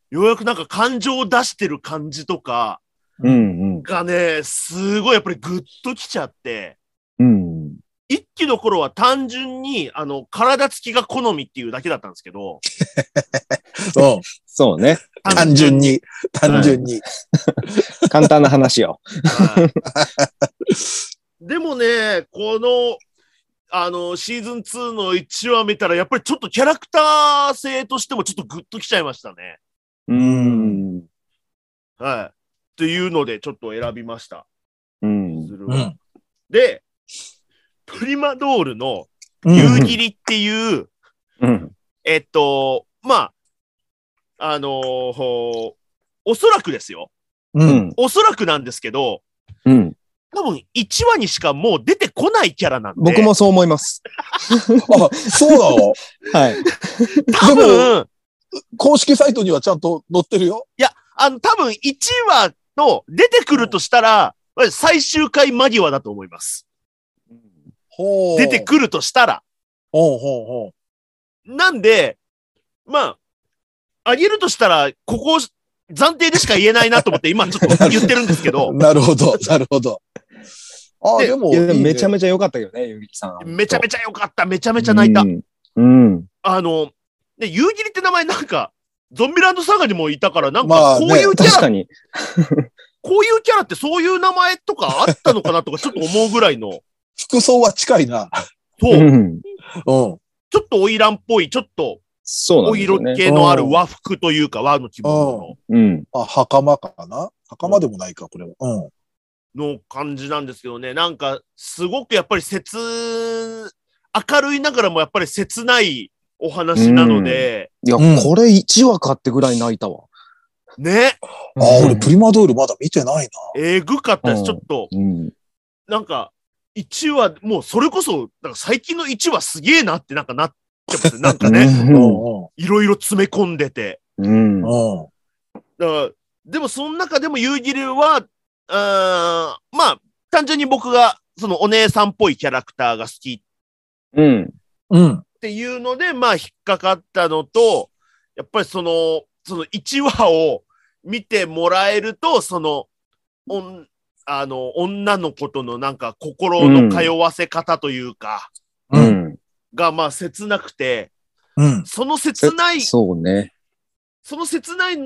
S4: ようやくなんか感情を出してる感じとか
S3: うんうん。
S4: がね、すごいやっぱりグッときちゃって、
S3: うん。
S4: 一期の頃は単純に、あの、体つきが好みっていうだけだったんですけど、
S2: うん
S3: そうね。
S2: 単純に、単純に。
S3: 簡単な 話よ。
S4: はいでもね、この、あの、シーズン2の1話見たら、やっぱりちょっとキャラクター性としてもちょっとグッときちゃいましたね。
S3: うん。
S4: はい。というので、ちょっと選びました。
S3: うん。
S2: うん。
S4: で、プリマドールの
S2: うん
S4: 夕霧っていう、
S3: うん。
S4: えっと、まあ、あのーほうおそらくですよ。
S2: う。
S3: うんん。
S4: おそらくなんですけど、
S3: うん。
S4: 多分1話にしかもう出てこないキャラなんで。
S3: 僕もそう思います。
S2: あ、そうなの
S3: はい。
S4: 多分、
S2: 公式サイトにはちゃんと載ってるよ。
S4: あの、多分1話の出てくるとしたら、最終回間際だと思います。
S2: ほう。
S4: 出てくるとしたら。
S2: ほうほうほう。
S4: なんで、まあ、あげるとしたら、ここ、暫定でしか言えないなと思 って、今ちょっと言ってるんですけど、
S2: なるほど、なるほど。ああ、
S4: で
S2: でも
S3: いや、でもめちゃ
S2: めち
S3: めちゃ良かったけどね、ゆうぎりさん。
S4: めちゃめ
S3: ち
S4: ちゃ良かった、めちゃめちゃ泣いた
S3: う。ん。うん
S4: あの、ね、夕霧って名前なんか、ゾンビランドサガにもいたから、なん
S2: ま
S4: か
S2: あ
S4: こ
S2: ね
S4: ういうキャ
S3: 確
S4: ラ、
S3: かに。
S4: こういうキャラってそういう名前とかあったのかなとかちょっと思うぐらいの、
S2: 服装は近いな。
S4: そうう、
S3: ん。
S2: うん。
S4: ちょっと花魁っぽい、ちょっと
S3: そうなん
S4: お
S3: ですよ
S4: 色
S3: ね。
S4: 気のある和服というか、和の着物
S3: うん。
S2: あ、袴かな袴でもないか、これは。うん。
S4: のの感じなんですけどね、なんか、すごくやっぱり切、明るいながらもやっぱり切ないお話なので、
S3: いや、
S2: うん
S3: これ1話買ってぐらい泣いたわ。
S4: ね、
S2: ああ、俺、プリマドールまだ見てない
S4: えぐかったで
S3: うん
S4: す。ちょっと、
S3: うん。
S4: なんか、1話、もうそれこそ、なんか最近の1話すげえなってなんかなってますね。なんかね、
S2: な。う
S3: うん
S2: ん
S4: いろいろ詰め込んでて。
S3: うん。
S2: うん。うん。
S4: だから、でもその中でも夕霧は、うーんまあ、単純に僕が、そのお姉さんっぽいキャラクターが好きっ
S3: うん。
S2: うん。
S4: ていうので、まあ、引っかかったのと、やっぱりその、その1話を見てもらえると、その、おんあの、女の子とのなんか心の通わせ方というか、
S2: う。
S3: うんん。
S4: がまあ切なくて、
S2: うん。
S4: その切ない、
S3: そうね。
S4: その切ない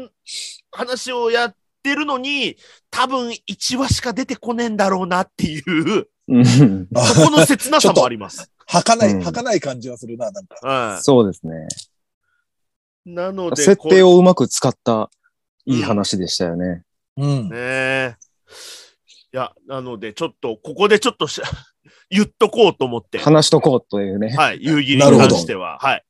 S4: 話をやってるのに、多分1話しか出てこねえんだろうなっていう、
S3: うん。
S4: そ この切なさ
S2: ちょっ
S4: も
S2: と
S4: あります。
S2: はかない、
S3: うん
S2: はかない感じはするな、なんか。
S4: は
S3: そうですね。
S4: い。なので、
S3: 設定
S4: を。
S3: をうまく使った、いい話でしたよね。
S2: うん。
S4: ねえいや、なので、ちょっと、ここでちょっとし 言っとこうと思って、は
S3: 話しとこうというね。
S4: い、夕霧に
S2: なるほ
S4: 関
S2: ど
S4: しては、はい。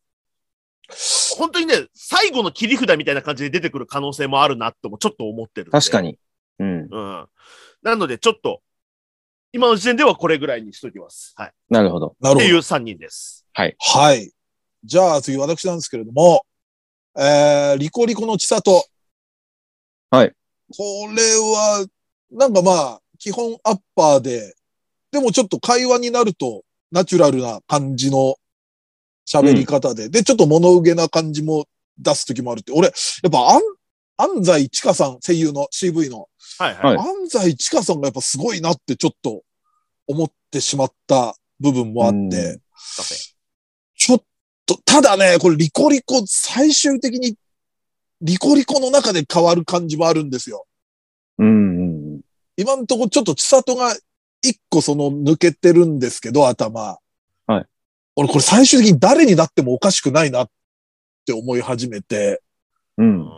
S4: 本当にね、最後の切り札みたいな感じで出てくる可能性もあるなともちょっと思ってるんで。
S3: 確かに。うん。
S4: うん。なので、ちょっと、今の時点ではこれぐらいにしときます。はい。
S3: なるほど。
S2: なる
S4: って
S2: ほ
S4: いう
S2: ど。
S4: 3人です。
S2: はい。じゃあ、次、私なんですけれども、えー、リコリコの千里。
S3: はい。
S2: これは、なんかまあ、基本アッパーで、でもちょっと会話になると、ナチュラルな感じの喋り方で、で、ちょっと物憂げな感じも出す時もあるって、俺、やっぱ、安安西千佳さん、声優の CV の、
S4: はいはい。
S3: は
S2: 安西千佳さんがやっぱすごいなってちょっと思ってしまった部分もあって、
S3: うん
S2: ちょっと、ただね、これリコリコ最終的にリコリコの中で変わる感じもあるんですよ。
S3: うん。うん
S2: 今んとこちょっと千里が一個その抜けてるんですけど、頭。
S3: はい。
S2: 俺これ最終的に誰になってもおかしくないなって思い始めて、
S4: う
S3: う。
S4: んん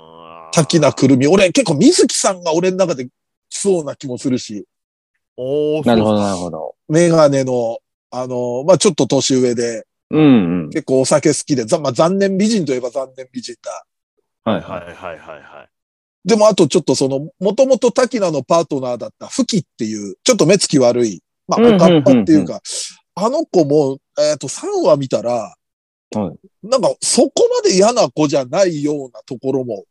S2: 滝名くるみ。俺結構水木さんが俺の中で来そうな気もするし。
S4: おー
S3: なるほど、なるほど。
S2: メガネの、あの、まあ、ちょっと年上で、
S3: うんうん。
S2: 結構お酒好きで、ざまあ、残念美人といえば残念美人だ。
S3: はい
S4: は
S3: はい
S4: はいはいはい。
S2: でも、あとちょっとその、もともと滝名のパートナーだったフキっていう、ちょっと目つき悪い、まあ、
S3: うんうんう
S2: お
S3: ん
S2: かっぱっていうか、あの子も、えっ、と、3話見たら、
S3: は
S2: なんか、そこまで嫌な子じゃないようなところも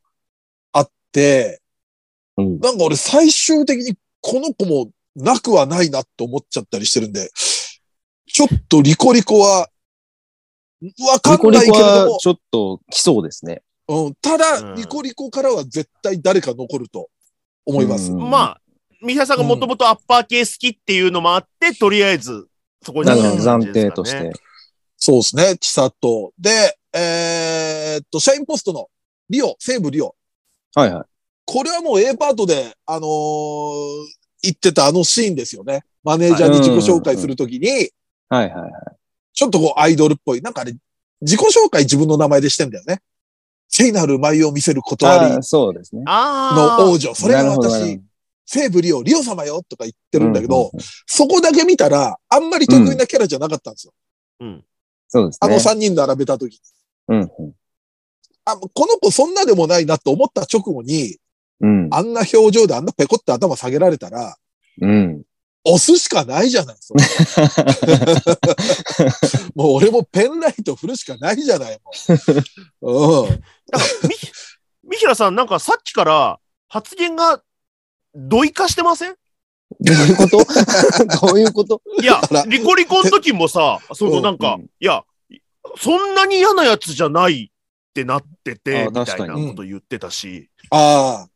S2: あって、
S3: い。うん。
S2: なんか俺最終的にこの子もなくはないなと思っちゃったりしてるんで、ちょっとリコリコは、わか
S3: リコ
S2: ん
S3: リ
S2: ないけ
S3: コ
S2: れど
S3: は
S2: も、
S3: ちょっと来そうですね。
S2: うん、た
S4: う
S2: だ、
S4: ん
S2: リコリコからは絶対誰か残ると思います。
S3: うん
S4: まあ、ミサさんがもともとアッパー系好きっていうのもあって、とりあえず、そこに
S3: なる
S2: る
S3: ほ
S2: ほ
S3: ど、
S2: ど
S3: 暫定として。。
S2: そうですね、千里。で、えーっと、社員ポストのリオ、西武リオ。
S3: はいはい。
S2: これはもう A パートで、あのー言ってたあのシーンですよね。マネージャーに自己紹介するときに、
S3: はいはいはい。
S2: ちょっとこうアイドルっぽい。なんかあれ、自己紹介自分の名前でしてんだよね。聖なる舞を見せる断り
S3: あーそうですね。
S4: ああ。
S2: の王女。それが
S3: なるほどなるほ
S2: 私
S3: ど、
S2: セブリオ、リオ様よとか言ってるんだけど、
S3: うううん
S2: そこだけ見たら、あんまり得意なキャラじゃなかったんですよ。
S4: うん。
S3: そうです
S2: あの
S3: ね。
S2: 3人並べた時に。
S3: うん
S2: あ、この子そんなでもないなと思った直後に、
S3: うん。うん。
S2: あんな表情であんなペコって頭下げられたら、
S3: うん。
S2: 押すしかないじゃないそれもう俺もペンライト振るしかないじゃないもう。うん。
S4: だからみ、みひらさん、なんかさっきから発言が、どいかしてません
S3: どういうこと どういうこと
S4: いや
S2: あら、
S4: リコリコの時もさ、そのなんか、
S3: うん
S4: いや、そんなに嫌なやつじゃないってなってて、
S3: あ
S4: みた
S3: 確
S4: い
S3: か
S4: な
S3: に
S4: こと言ってたし、
S2: あ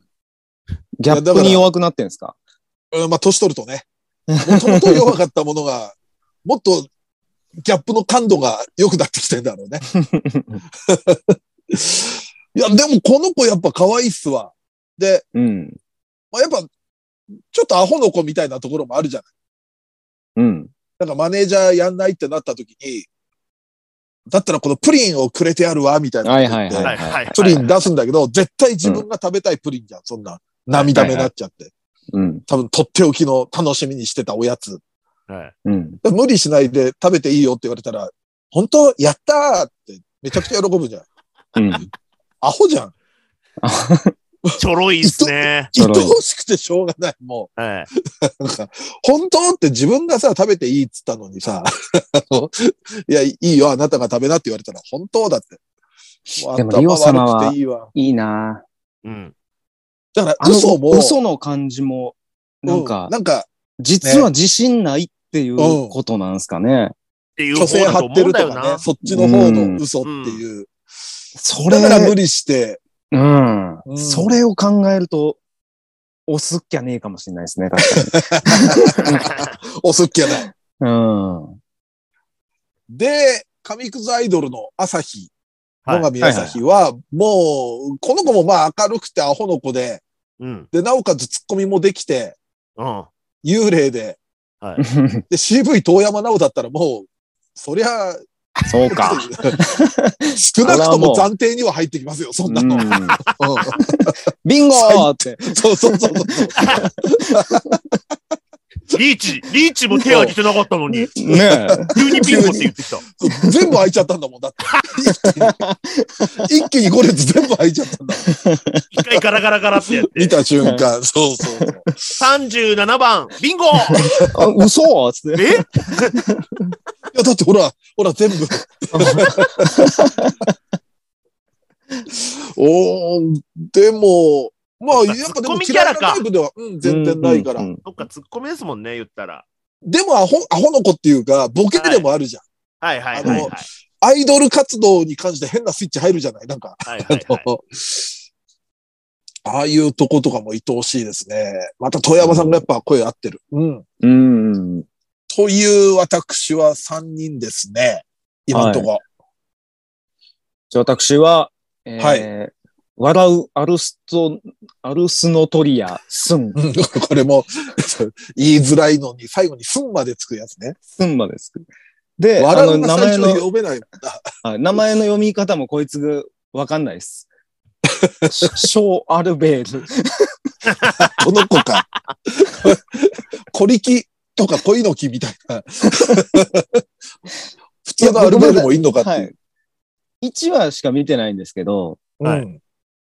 S3: ギャップに弱くなってんですか
S2: あ、うんまあ、年取るとね。もともと弱かったものが、もっとギャップの感度が良くなってきてんだろうね。いや、でもこの子やっぱ可愛いっすわ。で、
S3: うん。
S2: まあ、やっぱ、ちょっとアホの子みたいなところもあるじゃない。
S3: うん。
S2: なんかマネージャーやんないってなった時に、だったらこのプリンをくれてやるわ、みたいなこと言って。
S3: はいはい
S4: はいはい。
S2: プリン出すんだけど、絶対自分が食べたいプリンじゃん、そんな。涙目になっちゃって。
S3: うん。
S2: 多分、とっておきの楽しみにしてたおやつ。
S4: はい
S3: うん。
S2: 無理しないで食べていいよって言われたら、本当やったーってめちゃくちゃ喜ぶじゃん。
S3: うん。
S2: アホじゃん。
S4: ちょろいっすね。
S3: そ
S2: 愛
S3: ろい
S2: おしくてしょうがない。も
S4: は
S2: う、なんか、本当って自分がさ、食べていいっつったのにさ、あのいや、いいよ、あなたが食べなって言われたら、本当だって。もう
S3: でもリオ様は
S2: 悪くていいわ。
S3: いいなぁ
S4: い。うん。
S2: だから、
S3: あの
S2: 嘘も、
S3: 嘘の感じも、なん
S2: う
S3: か、
S2: なんか、
S3: 実は自信ないっていう
S2: うん
S3: ことなんですかね。
S4: っていう
S2: 虚勢
S4: 方だと
S2: 張っ
S4: 思
S2: て
S4: うん
S2: る
S4: だ
S2: と
S4: よ
S2: かね
S4: な、。
S2: そっちの方の嘘っていう。
S3: それ
S2: だから無理して、
S3: う
S2: う
S3: ん
S2: ん
S3: それを考えると、押すっきゃねえかもしれないですね、確
S2: おすっきゃない。
S3: かに。うん。
S2: で、上くずアイドルの朝日、
S4: はい
S2: 野 上朝日は、もう、この子もまあ明るくてアホの子で、
S4: うん。
S2: で、なおかつツッコミもできて、
S4: うん。
S2: 幽霊で、で、CV 遠山奈緒だったらもう、そりゃ、
S3: そうか。
S2: 少なくとも暫定には入ってきますよ、そん なの。
S3: うん
S2: うん
S3: ビンゴーって。
S2: そうそうそうそう。
S4: リーチ、リーチも手挙げてなかったのに、
S3: ね
S4: 急にピンポンって言ってきた。
S2: 全部開いちゃったんだもん、だって。一気に5列全部開いちゃったんだもん。
S4: 一回ガラガラガラってやっ
S2: 見
S4: て。
S2: た瞬間、 そうそうそう。
S4: 37番、ビンゴ
S3: え。あ嘘つって。
S4: え
S2: いや、だってほら、ほら、全部。おーでも、ま
S4: そ
S2: あ、
S4: っか
S2: やっぱで
S4: ツッコ
S2: も
S4: ミキャ
S2: 嫌い
S4: ラ
S2: な
S4: か
S2: タイプでは、うん、 全然ないから。
S3: うんうん
S4: そっか、ツッコミですもんね、言ったら。
S2: でも、アホ、アホの子っていうか、ボケでもあるじゃん。
S4: はいはいはいはい。
S2: アイドル活動に関して変なスイッチ入るじゃないなんか、
S4: はいはいはい。
S2: ああいうとことかも愛おしいですね。また、遠山さんがやっぱ声合ってる。うん。
S3: うん。
S2: という私は3人ですね。今んとこ。
S3: じゃあ私は、えー
S2: は
S3: 笑うアルスト、アルスノトリア、スン、
S2: うん これも、言いづらいのに、最後にすんまでつくやつね。
S3: スンまです。で、あ
S2: 笑
S3: の、
S2: うが
S3: 名
S2: 最
S3: 前
S2: 初に
S3: の、
S2: 読めない。
S3: はい名前の読み方もこいつがわかんな いです。シショーアルベール。
S2: この子か。 小力とか恋の木みたいな。 普通のアルベールもいんのかって。。
S3: はいいう1話しか見てないんですけど、
S4: はい
S2: うん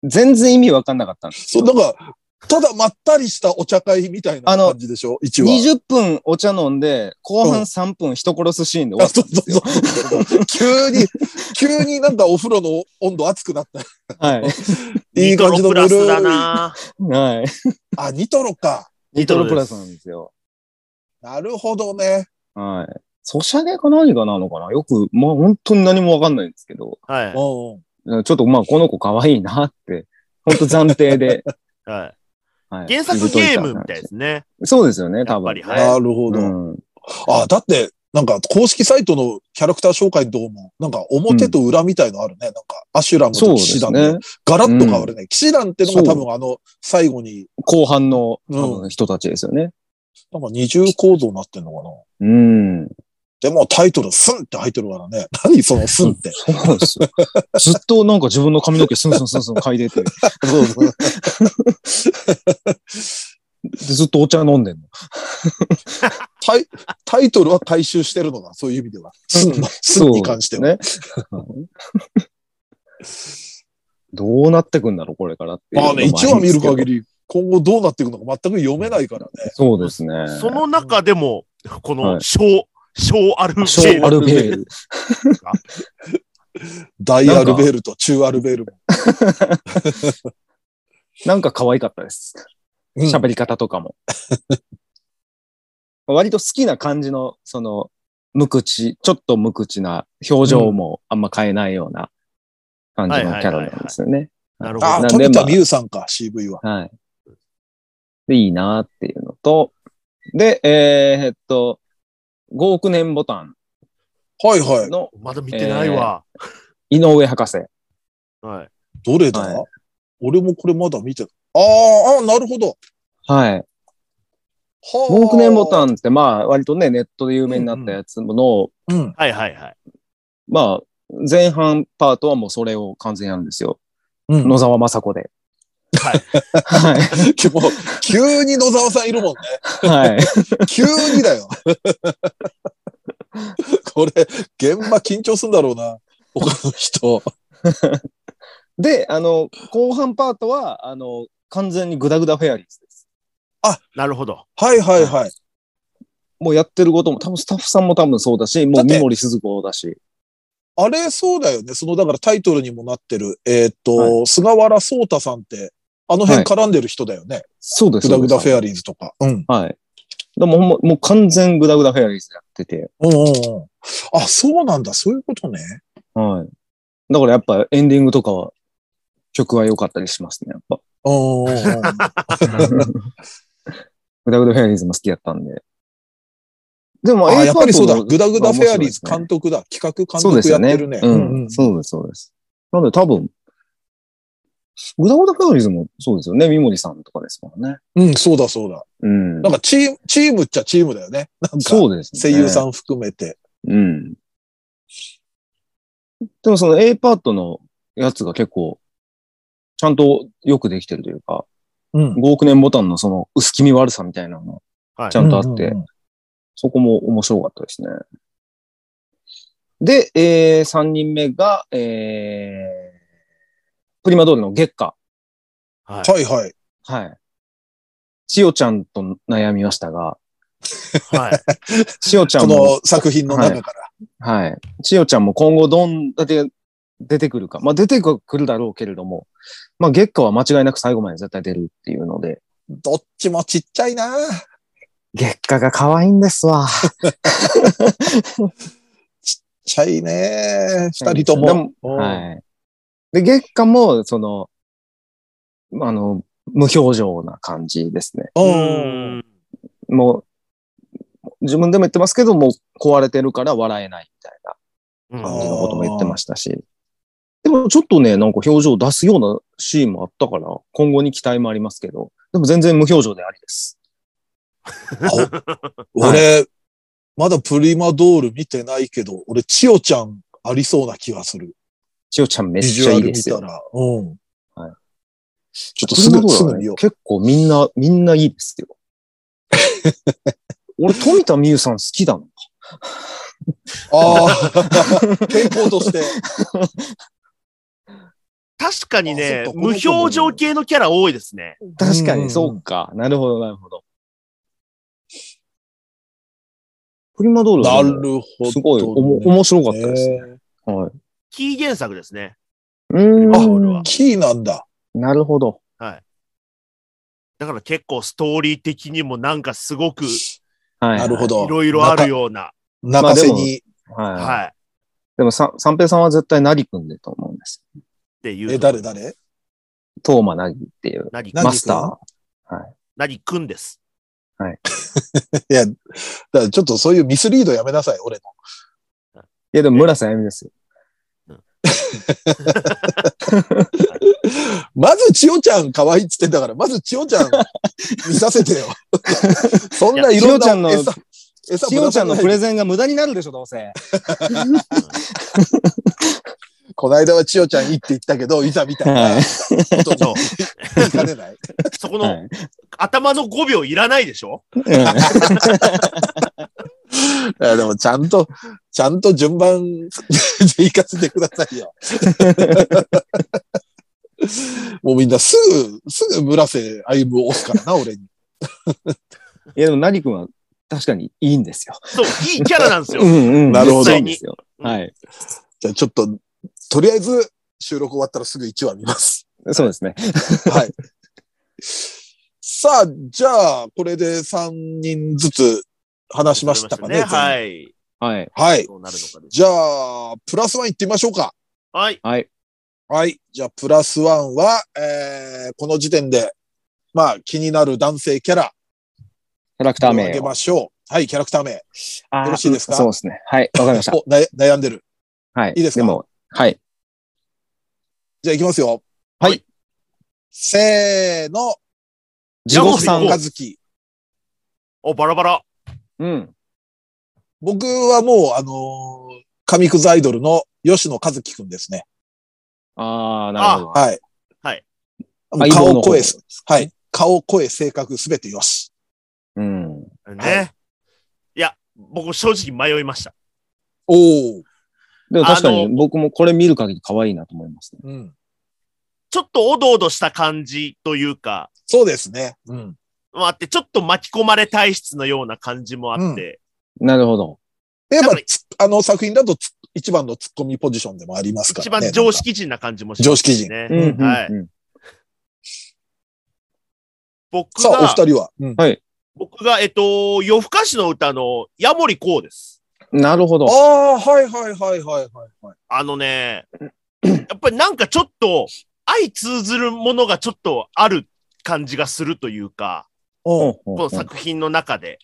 S3: 全然意味わかんなかったんです。
S2: そう、なんか、ただまったりしたお茶会みたいな感じでしょ一話。
S3: 20分お茶飲んで、後
S2: う
S3: 半
S2: ん
S3: 3分人殺すシーンで終わ
S2: あ
S3: っ
S2: そう
S3: たん
S2: そ
S3: で
S2: う
S3: すよ。
S2: そう。 急に、急になんだお風呂の温度熱くなった。
S3: は
S2: い
S3: い。
S2: い
S4: ニト
S2: 感
S4: ロ
S2: じの
S4: プラ
S2: ぬる
S4: ス
S2: い
S4: だな
S3: はい。
S2: あ、ニトロか。
S3: ニトロプラスなんですよ。
S2: なるほどね。
S3: はい。ソシャゲか何かなのかなよく、まあ本当に何もわかんないんですけど、
S4: は
S2: うん。
S3: ちょっとまあこの子可愛いなって、本当暫 定で。
S4: い。は
S3: はい
S4: い、原作ゲームみたいですね。
S3: そうですよね、
S4: や
S3: 多
S4: っぱ
S3: 分
S4: り。。はい。
S2: なるほど。
S3: うん、
S2: あ、だって、なんか、公式サイトのキャラクター紹介のとこも、なんか、表と裏みたいのあるね。なんか、アシュラム
S3: そう
S2: と
S3: で
S2: 騎士
S3: す
S2: 団で、
S3: ね。
S2: ガラッと変わるね。騎士団ってのが多分、あの、最後に、
S3: 後半の
S2: うん
S3: 多分人たちですよね。
S2: なんか二重構造になってんのかな。
S3: うん。
S2: でも、タイトル、スンって入ってるからね。 何そのスンって。
S3: そうで すよ。ずっとなんか自分の髪の毛スンスンスンスン嗅いでて、で
S2: そうそう。
S3: ずっとお茶飲んでんの。
S2: タイ、タイトルは回収してるのだ。そういう意味では。スンの、スンに関しては。
S3: ね。どうなってくんだろう、これからっていうの
S2: ま
S3: も
S2: あ
S3: あ
S2: ね、1話見る限
S3: り。
S2: り、今後どうなっていくのか全く読めないからね。
S3: そうですね。
S4: その中でも、こ
S3: は
S4: の
S3: い
S4: 小、小アルフェ
S3: ショーアルベール。
S2: 大アルベールと中アルベールも。
S3: なんか可愛かったです。
S2: うん
S3: 喋り方とかも。割と好きな感じの、その、無口、ちょっと無口な表情もあんま変えないような感じのキャラなんですよね。
S4: なるほ
S2: あ
S4: ど
S2: あ、
S3: な。んで
S2: 富田
S3: まあ
S2: 美優さんか、CV は。
S3: はい。で、いいなっていうのと、で、えーえっと、5億年ボタン
S2: はいはい。
S3: の
S4: まだ見てないわ。
S3: 井上博士。
S4: はい。
S2: どれだ、
S3: はい
S2: 俺もこれまだ見てる。あーあー、なるほど。
S3: はい。
S2: は
S3: 5億年ボタンって、まあ、割とね、ネットで有名になったやつの、
S2: ン。うん。
S4: はいはいはい。
S3: まあ、前半パートはもうそれを完全やるんですよ。
S2: うん、
S3: 野沢雅子で。
S4: はい。
S3: はい。
S2: もう急に野沢さんいるもんね。
S3: はい。
S2: 急にだよ。これ、現場緊張すんだろうな。他の人。
S3: で、あの、後半パートは、あの、完全にグダグダフェアリーズです。
S4: なるほど。
S2: はいはいはい。
S3: もうやってることも、多分スタッフさんも多分そうだし、も
S2: だ
S3: う
S2: って
S3: 三森鈴子だし。
S2: あれ、そうだよね。その、だからタイトルにもなってる、えーっと、
S3: は
S2: 菅原聡太さんって、あの辺絡んでる人だよね。
S3: そうです。
S2: グダグダ
S3: そう
S2: フ
S3: です
S2: ェアリーズとか。うん。
S3: はい。でもほんま、もう完全グダグダフェアリーズやってて。
S2: うんうんうん。あ、そうなんだ。そういうことね。
S3: はい。だからやっぱエンディングとかは、曲は良かったりしますね、やっぱ。
S2: うん うんうん。
S3: グダグダフェアリーズも好きやったんで。でも、
S2: あ、
S3: A
S2: やっぱりそうだ。
S3: パートも
S2: グダグダフェアリーズ
S3: まあ面白いですね
S2: 監督だ。企画監
S3: そうで
S2: 督や
S3: すよ
S2: っ
S3: ね。
S2: てるね。
S3: うん。そうです、そうです。なので多分、グダグダフェアリーズもそうですよね。三森さんとかですからね。
S2: うん、そうだそうだ。
S3: うん
S2: な。んかチーム、チームっちゃチームだよね。なんか、
S3: そうです、ね。
S2: 声優さん含めて。
S3: うん。でもその A パートのやつが結構、ちゃんとよくできてるというか、
S2: うん。
S3: 5億年ボタンのその薄気味悪さみたいなの
S4: はい
S3: ちゃんとあって、
S2: うんうんうん
S3: そこも面白かったですね。で、えー、3人目が、えー、プリマドールの月下。
S4: はい。
S2: はいはい。
S3: はい。千代ちゃんと悩みました が、
S4: はい。
S3: 千代ちゃ
S2: こ
S3: んも、
S2: の作品の中から。
S3: はい。千代ちゃんも今後どんだけ出てくるか。まあ出てくるだろうけれども、まあ月下は間違いなく最後まで絶対出るっていうので、
S2: どっちもちっちゃいな
S3: 月下が可愛いんですわ。
S2: ちっちゃいね二人と
S3: で
S2: も。うん
S3: はい。で、月下も、その、あの、無表情な感じですね。
S4: う
S2: うん。
S4: ん。
S3: もう、自分でも言ってますけど、もう壊れてるから笑えないみたいな
S4: うん
S3: 感じのことも言ってましたし。でもちょっとね、なんか表情を出すようなシーンもあったから、今後に期待もありますけど、でも全然無表情でありです。
S2: 俺、まだプリマドール見てないけど、俺、千代ちゃんありそうな気がする。
S3: 千代ちゃんめっ
S2: ビジ
S3: ち
S2: ュア
S3: ゃいい
S2: ル見
S3: です
S2: た
S3: よ。
S2: ら。うん。
S3: はい
S2: ちょっとす
S3: 車
S2: ぐ、
S3: 道
S2: す
S3: は
S2: ぐ
S3: ね
S2: 見よう。
S3: 結構みんな、みんないいですよ。俺、富田美優さん好きだもん。
S2: ああ、 傾向として。
S4: 確かにね
S2: あそっ、か
S4: 無表情系のキャラ多いですね。
S3: 確か
S2: うんうんうん
S3: に、そうか。なるほど、なるほど。プリマドール
S2: な
S3: は
S2: る
S3: ね
S2: ほど。
S3: すごいおも面白かったですね。
S2: ね。
S3: はい。
S4: キー原作ですね。
S3: う
S4: プリマドール
S3: ー
S4: は
S3: ん。
S2: キーなんだ。
S3: なるほど。
S4: だから結構ストーリー的にもなんかすごくい
S3: はい。
S2: なるほど。
S4: ろいろあるような。
S2: 泣かせに。
S3: ど。はい。
S4: はい。っ
S3: でも、さ三平さんは絶対なぎくんでと思うんです。
S4: ていう。
S2: え、誰 誰
S3: トーマなぎっていう
S4: なぎ
S2: なぎくん
S3: マスタ
S4: なぎくんです。
S2: いや、だからちょっとそういうミスリードやめなさい、俺の。
S3: ー。いや、でも村瀬あゆみですよ。
S2: まず千代ちゃん可愛いっつってんだから、まず千代ち ゃん見させてよ。そんないろん
S3: いや千代ちゃん
S2: な
S3: の
S2: 餌、餌
S3: しおちゃんのプレ
S2: ン
S3: ゼンが無駄になるでしょ、どうせ。
S2: この間は千代ちゃんいいって言ったけど、いざみたい
S3: は
S2: ないこと
S4: そう
S2: に。 いかねない。
S4: そこの頭の5秒いらないでしょ
S2: いやでもちゃんと、ちゃんと順番 で行かせてください よ。もうみんなすぐ、すぐ村瀬歩を押すからな、俺に。
S3: いや、でもなぎくんは確かにいいんですよ。
S4: そう、いいキャラなんですよ。
S3: んうん
S2: なるほど
S3: 実際にはい。
S2: じゃあちょっと、とりあえず収録終わったらすぐ1話見ます。
S3: そうですね。
S2: はい。さあ、じゃあ、これで3人ずつ話しましたかね。
S4: はい。
S3: はい。
S2: はい。
S4: どうなるのかです。
S2: じゃあ、プラスワン行ってみましょうか。
S4: はい。
S3: はい。
S2: はい。じゃあ、プラスワンは、えー、この時点で、まあ、気になる男性キャラ
S3: キャラクター
S2: を
S3: 名
S2: 挙げ
S3: を。
S2: ましょう。はい、キャラクター名。
S3: あー
S2: よろしいですか
S3: そうですね。はい。わかりました。
S2: おな悩んでる。
S3: はい。
S2: いいですか
S3: でも、はい。
S2: じゃあ、行きますよ。
S3: はい。
S2: せーの、
S3: 地獄さ
S4: お
S3: ん
S2: 和。樹。
S4: お、バラバラ。
S3: うん。
S2: 僕はもう、あのー、神くずアイドルの吉野和樹くんですね。
S3: ああ、なるほど。
S2: はい。
S4: はい。
S3: 相棒
S2: 顔、
S3: の方
S2: 声、はい。顔、声、性格、すべてよし。
S3: うん。
S2: は
S4: ね。いや、僕正直迷いました。
S2: おー。
S3: でも確かに
S4: あ
S3: 僕もこれ見る限り可愛いなと思いますね。
S2: うん。
S4: ちょっとおどおどした感じというか、
S2: そうですね。うん。
S4: もあって、ちょっと巻き込まれ体質のような感じもあって、
S3: なるほど。
S2: やっ
S4: だ
S2: ぱ
S4: から、
S2: つあの作品だとつ一番のツッコミポジションでもありますから
S4: 一
S2: ね。
S4: 番常識人な感じもしますね。
S2: 常識人
S3: うんうんうん
S4: はい。僕
S2: さあ、お
S4: が、
S2: 二人は。うん
S4: 僕が、えっと、夜更かしの歌の矢森こうです。
S3: なるほど
S2: あ。あ、はいはいはいはいはいはい。
S4: あのね、やっぱりなんかちょっと、相通ずるものがちょっとある感じがするというか、
S2: うん。
S3: うん
S4: この作品の中で。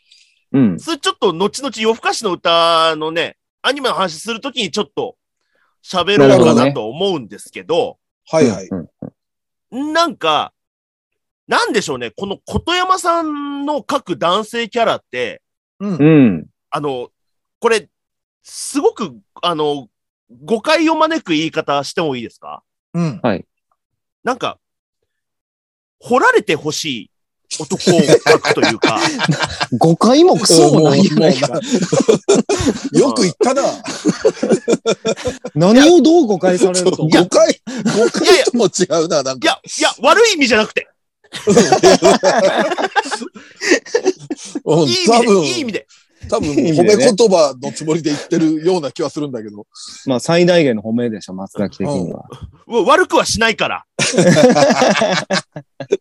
S3: うん。
S4: それちょっと後々夜更かしの歌のね、アニメの話するときにちょっと喋ろうかなと思うんですけど、
S2: はいはい。
S3: うん
S4: なんか、なんでしょうね、この琴山さんの各男性キャラって、
S3: うん。うん
S4: あの、これ、すごく、あの、誤解を招く言い方してもいいですか
S2: うん。
S4: なんか、掘られてほしい男を描くという か、
S3: 誤解もクソもないやない
S2: も
S3: か。
S2: うよく言ったな。
S3: 何をどう誤解されると
S2: 誤
S3: 思う
S2: 解、誤解とも違うな、なん
S4: いや
S2: か。、
S4: いや、悪い意味じゃなくて、
S2: うん
S4: いい
S2: 多
S4: 意味で、
S2: 分、
S4: いい意味で。
S2: 多分、褒
S3: いい意味
S2: め
S3: でね
S2: 言葉のつもりで言ってるような気はするんだけど。
S3: まあ最大限の褒めでしょ、松崎的には。
S4: うん悪くはしないから。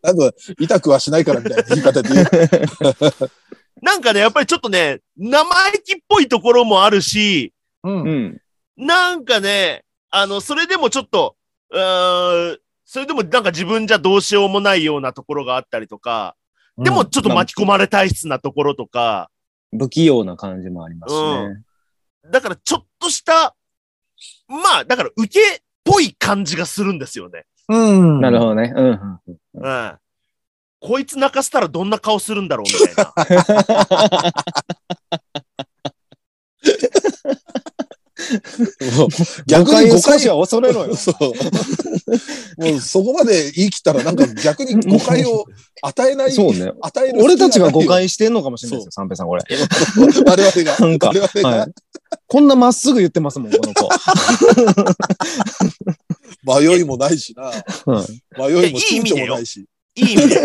S2: なんか、痛くはしないからみたいな言い方で言う。
S4: なんかね、やっぱりちょっとね、生意気っぽいところもあるし、
S2: うん。
S3: うん。
S4: なんかね、あの、それでもちょっと、うーん、それでもなんか自分じゃどうしようもないようなところがあったりとか、でもちょっと巻き込まれ体質なところとか、
S3: 不器用な感じもありますしね。
S4: だからちょっとした、まあ、だから受けっぽい感じがするんですよね。
S2: うん。
S3: なるほどね。うんうん。
S4: うん。こいつ泣かせたらどんな顔するんだろうみたいな。
S2: そう
S3: 誤
S2: 逆
S3: 解
S2: に
S3: を
S2: 誤解
S3: 少しは恐れろよ。
S2: そう。もうそこまで言い切ったらなんか逆に誤解を与えない。
S3: そうね。
S2: 与え る。
S3: 俺たちが誤。解してんのかもしれないですよ、三平さん、これ。
S2: 我々が。
S3: なんか
S2: 我々が、
S3: はい。こんなまっすぐ言ってますもん、この 子。
S2: 迷いもないしな。迷いも躊躇もないし。
S4: いい意 味で。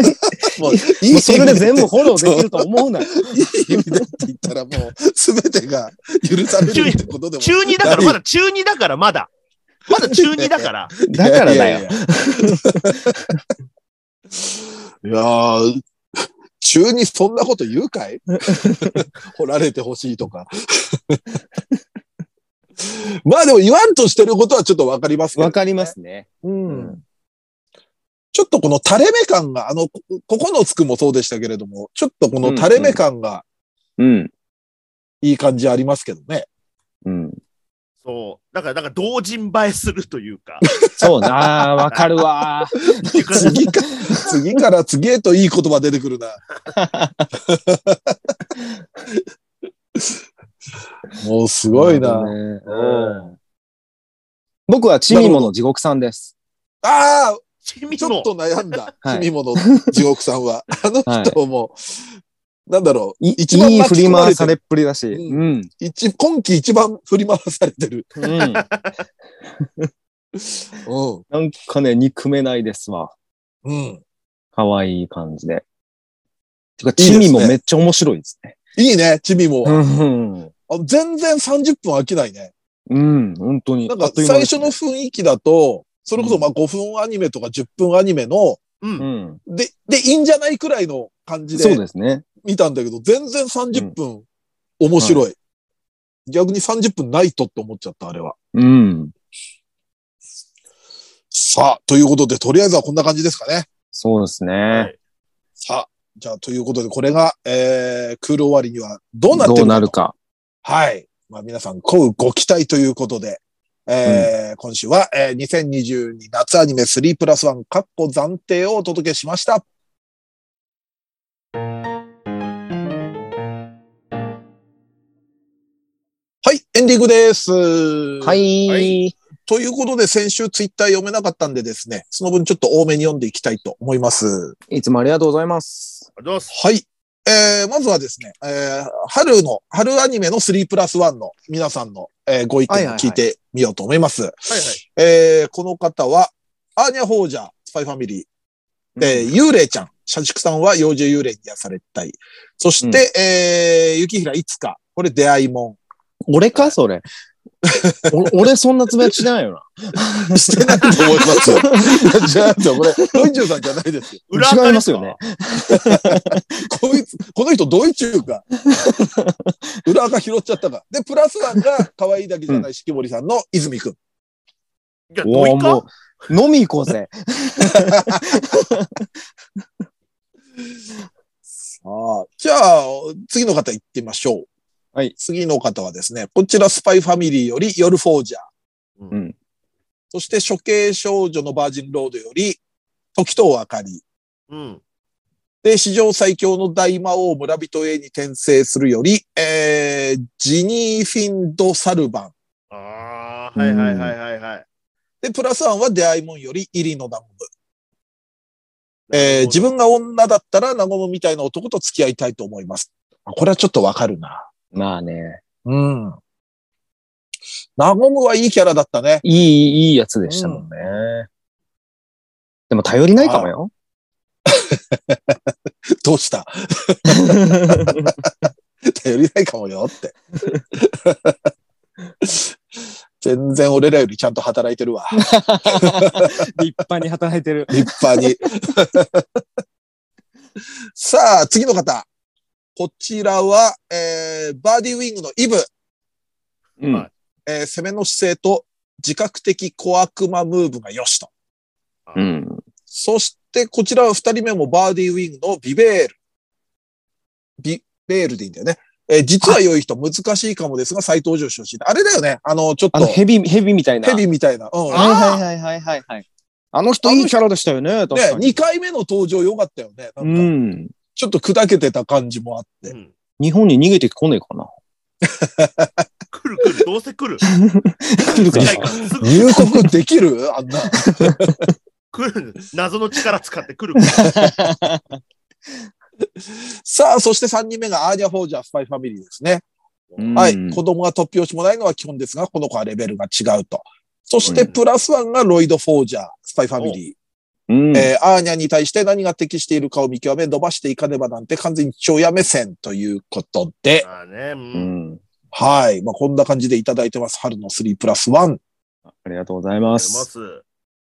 S2: もういい
S3: もうそれで全部
S2: 意
S3: フォローできると思 うなよ。
S2: 味でいい意味でって言ったらもう全てが許されるってことでも。
S4: 中二だから、まだ中二だから、まだ。まだ中二だから。
S3: だからだよ
S2: いやいやいや。 いやー中にそんなこと言うかい 掘られてほしいとか。 まあでも言わんとしてることはちょっとわかりますけど
S3: わかりますね。
S2: うんちょっとこの垂れ目感が、あの、こここのつくもそうでしたけれども、ちょっとこの垂れ目感が
S3: うん。
S2: いい感じありますけどね。
S3: うん。
S4: そう。だから、なんか同人映えするという か。
S3: そうな。あーわかるわ。
S4: っていうか
S2: 次か、次から次へといい言葉出てくるな。もうす
S3: す
S2: ごい な。
S3: うん僕はチミモの地獄さんです。
S2: あ
S4: ち
S2: あ
S4: み
S2: ちょ
S4: も
S2: っと悩んだ。
S3: はい
S2: 君もの地獄さん は。あの人も、なんだろう。
S3: い
S2: 一番
S3: いい振り回され
S2: 巻
S3: っぷりだし。
S2: う
S3: うん。
S2: 一今季一番振り回されてる。
S3: うん。なん
S2: う
S3: かね、憎めないですわ。
S2: ん。うん。
S3: 可愛い感じで。てか、チミもめっちゃ面白いですね。
S2: いいね、チミも。
S3: うん。
S2: あ全然30分飽きないね。
S3: うん、本当に。
S2: なん
S3: あ
S2: か
S3: っという間
S2: 最
S3: です
S2: 初の雰囲気だと、それこそまあ5分アニメとか10分アニメの、
S4: うん。
S3: うん。
S2: で、で、いいんじゃないくらいの感じ
S3: そう
S2: で
S3: ですね。
S2: 見たんだけど、全然30分面白い。逆に30分ないとって思っちゃった、あれは。
S3: うん。
S2: さあ、ということで、とりあえずはこんな感じですかね。
S3: そうですね。
S4: はい
S2: さあ、じゃあ、ということで、これが、えー、クール終わりにはどうなって
S3: ど
S2: る
S3: う
S2: の
S3: な
S2: か
S3: るか。
S2: はい。まあ、皆さん、こうご期待ということで、えー今週は、えー、2022夏アニメ3プラス1、カッコ暫定をお届けしました。はい、エンディングです。
S3: は。
S2: はい
S4: はい
S2: ということで、先週ツイッター読めなかったんでですね、その分ちょっと多めに読んでいきたいと思います。
S3: いつもありがとうございます。
S4: ありがとうございます。
S2: はい。えー、まずはですね、えー、春の、春アニメの3プラス1の皆さんの、えーご意見を聞いてみようと思います。
S4: はいはい。
S2: えー、この方は、アーニャ・ホージャー、スパイファミリー、えー、幽霊ちゃん、社畜さんは幼獣幽霊に癒されたい。そして、
S3: うん
S2: えー、雪平いつか、これ出会いも
S3: 俺かそれ。お俺そんなつぶやきしないよ
S2: ん。してないと思い ます。
S3: な。じゃあ、これ、
S2: ドイチューさんじゃないですよ。
S4: 裏当たりで
S3: 違います
S4: すか
S3: よね。。
S2: こいつ、この人ドイチュー か。裏垢拾っちゃったか。で、プラスワンが可愛いだけじゃない、しきもりさんの泉くん。
S4: いや、ど
S3: お
S4: う
S3: ー
S4: いか
S3: もう、飲み行こうぜ。
S2: ああ、じゃあ、次の方行ってみましょう。
S3: はい
S2: 次の方はですね、こちらスパイファミリーより夜フォージャー。
S3: うん。
S2: そして処刑少女のバージンロードより時と明かり。
S4: うん。
S2: で、史上最強の大魔王村人 A に転生するより、えー、ジニー・フィンド・サルバン。
S4: ああ、はいはいはいはいはい。
S2: で、プラスワンは出会いもんよりイリノダムブ。えー、自分
S4: が。
S2: が女だったらナゴムみたいな男と付き合いたいと思います。あこれはちょっとわかるな。
S3: まあね、
S2: うん。ナゴムはいいキャラだったね。
S3: いい、いいやつでしたもんね。でも頼りないかもよ。
S2: どうした 頼りないかもよって。 全然俺らよりちゃんと働いてるわ。
S3: 立派に働いてる。
S2: 立派に。 さあ、次の方。こちらは、えー、バーディウィングのイブ。
S3: うん。
S4: はい
S2: えー攻めの姿勢と自覚的小悪魔ムーブが良しと。
S3: うん。
S2: そして、こちらは二人目もバーディウィングのビベール。ビベールでいいんだよね。えー実は良い人、難しいかもですが、再登場してほしい。あれだよね。あの、ちょっ
S3: あ
S2: と、
S3: の、
S2: ヘ
S3: ヘビ、ヘビみたいな。
S2: ビみたいな。うん。
S3: はいはいはいはいはいはい。あの人いいキャラでしたよね、確
S2: ね
S3: か、に
S2: 2。回目の登場良かったよね。な
S3: うん
S2: か、
S3: ん。
S2: ちょっと砕けてた感じもあって。
S4: うん
S3: 日本に逃げてこねえかな。
S4: 来る来る、どうせ 来る。
S3: 来るか
S4: 近い
S3: な
S4: からすぐ
S2: 入国できるあんな。
S4: 来る。謎の力使って来るから。
S2: さあ、そして3人目がアーニャ・フォージャー・スパイファミリーですね。
S3: うん
S2: はい。子供が突拍子もないのは基本ですが、この子はレベルが違うと。そして、
S4: うん
S2: プラスワンがロイド・フォージャー、スパイファミリー。
S3: うん。
S2: えーアーニャに対して何が適しているかを見極め、伸ばしていかねばなんて完全に父親目線ということで、
S4: まあね、う。
S3: うんん。
S2: はい。まあ、こんな感じでいただいてます。春の3プラス1。
S3: ありがとうございま。
S4: ますす。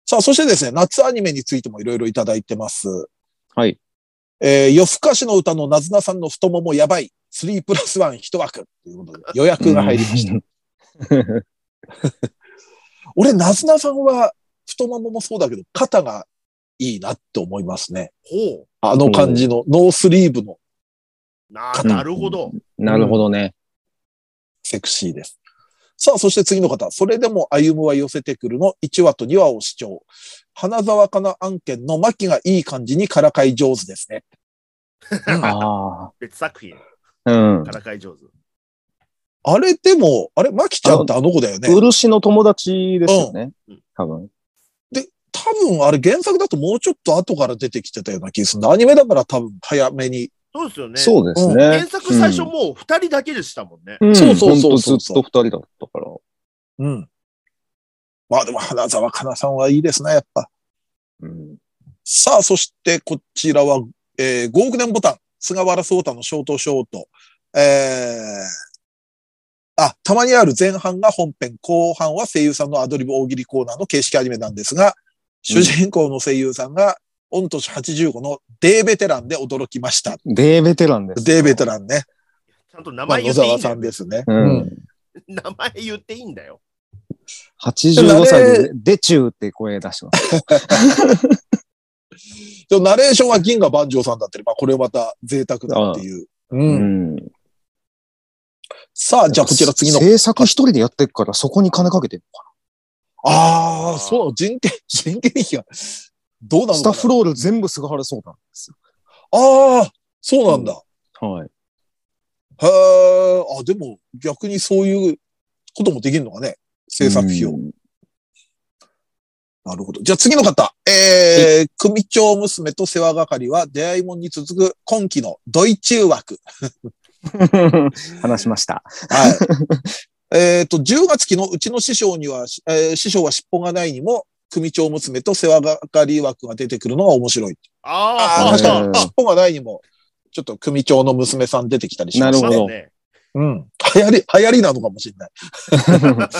S2: さあ、そしてですね、夏アニメについてもいろいろいただいてます。
S3: はい。
S2: えー夜更かしの歌のなずなさんの太ももやばい。3プラス1一枠ということで、予約が入りました。
S3: た。
S2: 俺、なずなさんは太もももそうだけど、肩がいいなって思いますね。
S4: ほ
S2: あの感じのノースリーブの
S4: う。ななるほど。
S3: なるほどね。
S2: セクシーです。さあ、そして次の方。それでも歩むは寄せてくるの1話と2話を視聴。花沢かな案件の牧がいい感じにからかい上手ですね。
S3: あ
S4: 別作品。
S3: あ。うん。
S4: からかい上手。
S2: あれでも、あれ、牧ちゃんってあの子だよね。
S3: 漆の友達ですよね
S4: うん。
S3: 多分。
S2: 多分あれ原作だともうちょっと後から出てきてたような気がするんだ。アニメだから多分早めに。
S4: そうですよね。
S3: そうですね。
S4: 原作最初もう二人だけでしたもんね。
S3: うん。
S2: そ
S3: そうう
S2: そ
S3: そうう
S2: そ
S3: そうう。
S2: そ
S3: ず
S2: う
S3: っと二人だったから。
S2: うん。まあでも花沢香菜さんはいいですね、やっぱ。
S3: うん。
S2: さあ、そしてこちらは、えー、5億年ボタン。菅原聡太のショートショート。えー、あ、たまにある前半が本編、後半は声優さんのアドリブ大喜利コーナーの形式アニメなんですが、主人公の声優さんが、御年85のデーベテランで驚きました。
S3: デーベテランです。
S2: デーベテランね。
S4: ちゃんと名
S2: まあ、
S4: 前言
S2: 野
S4: っていい
S2: 沢
S4: んだ
S2: さ
S4: よ
S2: んですね。
S3: うん。
S4: 名前言っていいんだよ。
S3: 85歳で、でちゅうって声出してます。
S2: でもナレーションは銀河万丈さんだったり、まあこれまた贅沢だっていう。う。
S3: うんん。
S2: さあ、じゃあこちら次の。
S3: 制作一人でやってるから、そこに金かけてるのか
S2: ああ、そう、人件、 人件費が、どうなのかな
S3: な。スタッフロール全部菅原そうなんです
S2: ああ、そうなんだ。
S3: よ。はい。
S2: へえ、あ、でも逆にそういうこともできるのかね。制作費を。
S3: うん
S2: なるほど。じゃあ次の方。えー、組長娘と世話係は出会いもんに続く今期のドイチュー枠。
S3: 話しました。
S2: はい。えっと、10月期のうちの師匠には、えー師匠は尻尾がないにも、組長娘と世話係枠が出てくるのが面白い。あ
S4: あ
S2: あ、
S4: あ、
S2: 確か
S3: う
S2: に。
S3: ん
S2: 尻尾がないにも、ちょっと組長の娘さん出てきたりし
S3: な
S2: ま
S3: る
S2: す
S3: ほど
S4: そうね
S2: うん。流行り、流行りなのかもしれない。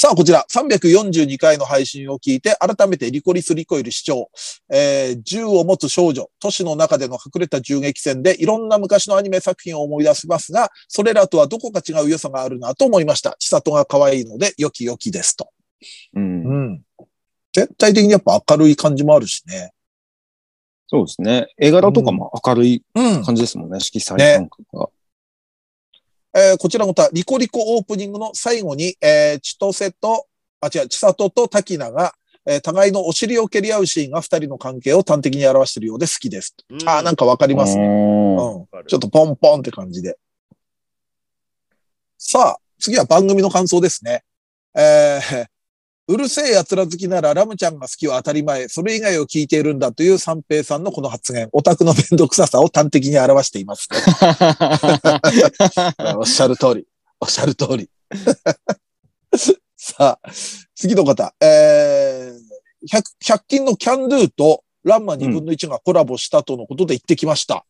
S2: さあ、こちら、342回の配信を聞いて、改めてリコリス・リコイル視聴、えー銃を持つ少女、都市の中での隠れた銃撃戦で、いろんな昔のアニメ作品を思い出しますが、それらとはどこか違う良さがあるなと思いました。千里が可愛いので、良き良きですと。
S3: うん
S2: ん。全体的にやっぱ明るい感じもあるしね。
S3: そうですね。絵柄とかも明るい
S2: うん。
S3: 感じですもんね、色彩
S2: ね
S3: 感覚が。
S2: えーこちらまた、リコリコオープニングの最後に、えー、千歳と、あ、違う、千里と滝名が、えー互いのお尻を蹴り合うシーンが二人の関係を端的に表しているようで好きです。
S4: うん
S2: あーなんかわかりますね。う
S3: ね。
S2: ん。ちょっとポンポンって感じで。さあ、次は番組の感想ですね。えー、うるせえ奴ら好きならラムちゃんが好きは当たり前、それ以外を聞いているんだという三平さんのこの発言、オタクの面倒くささを端的に表しています。おっしゃる通り。おっしゃる通り。 さあ、次の方。えー、100, 100均のキャンドゥとランマ2分の1がコラボしたとのことで行ってきました。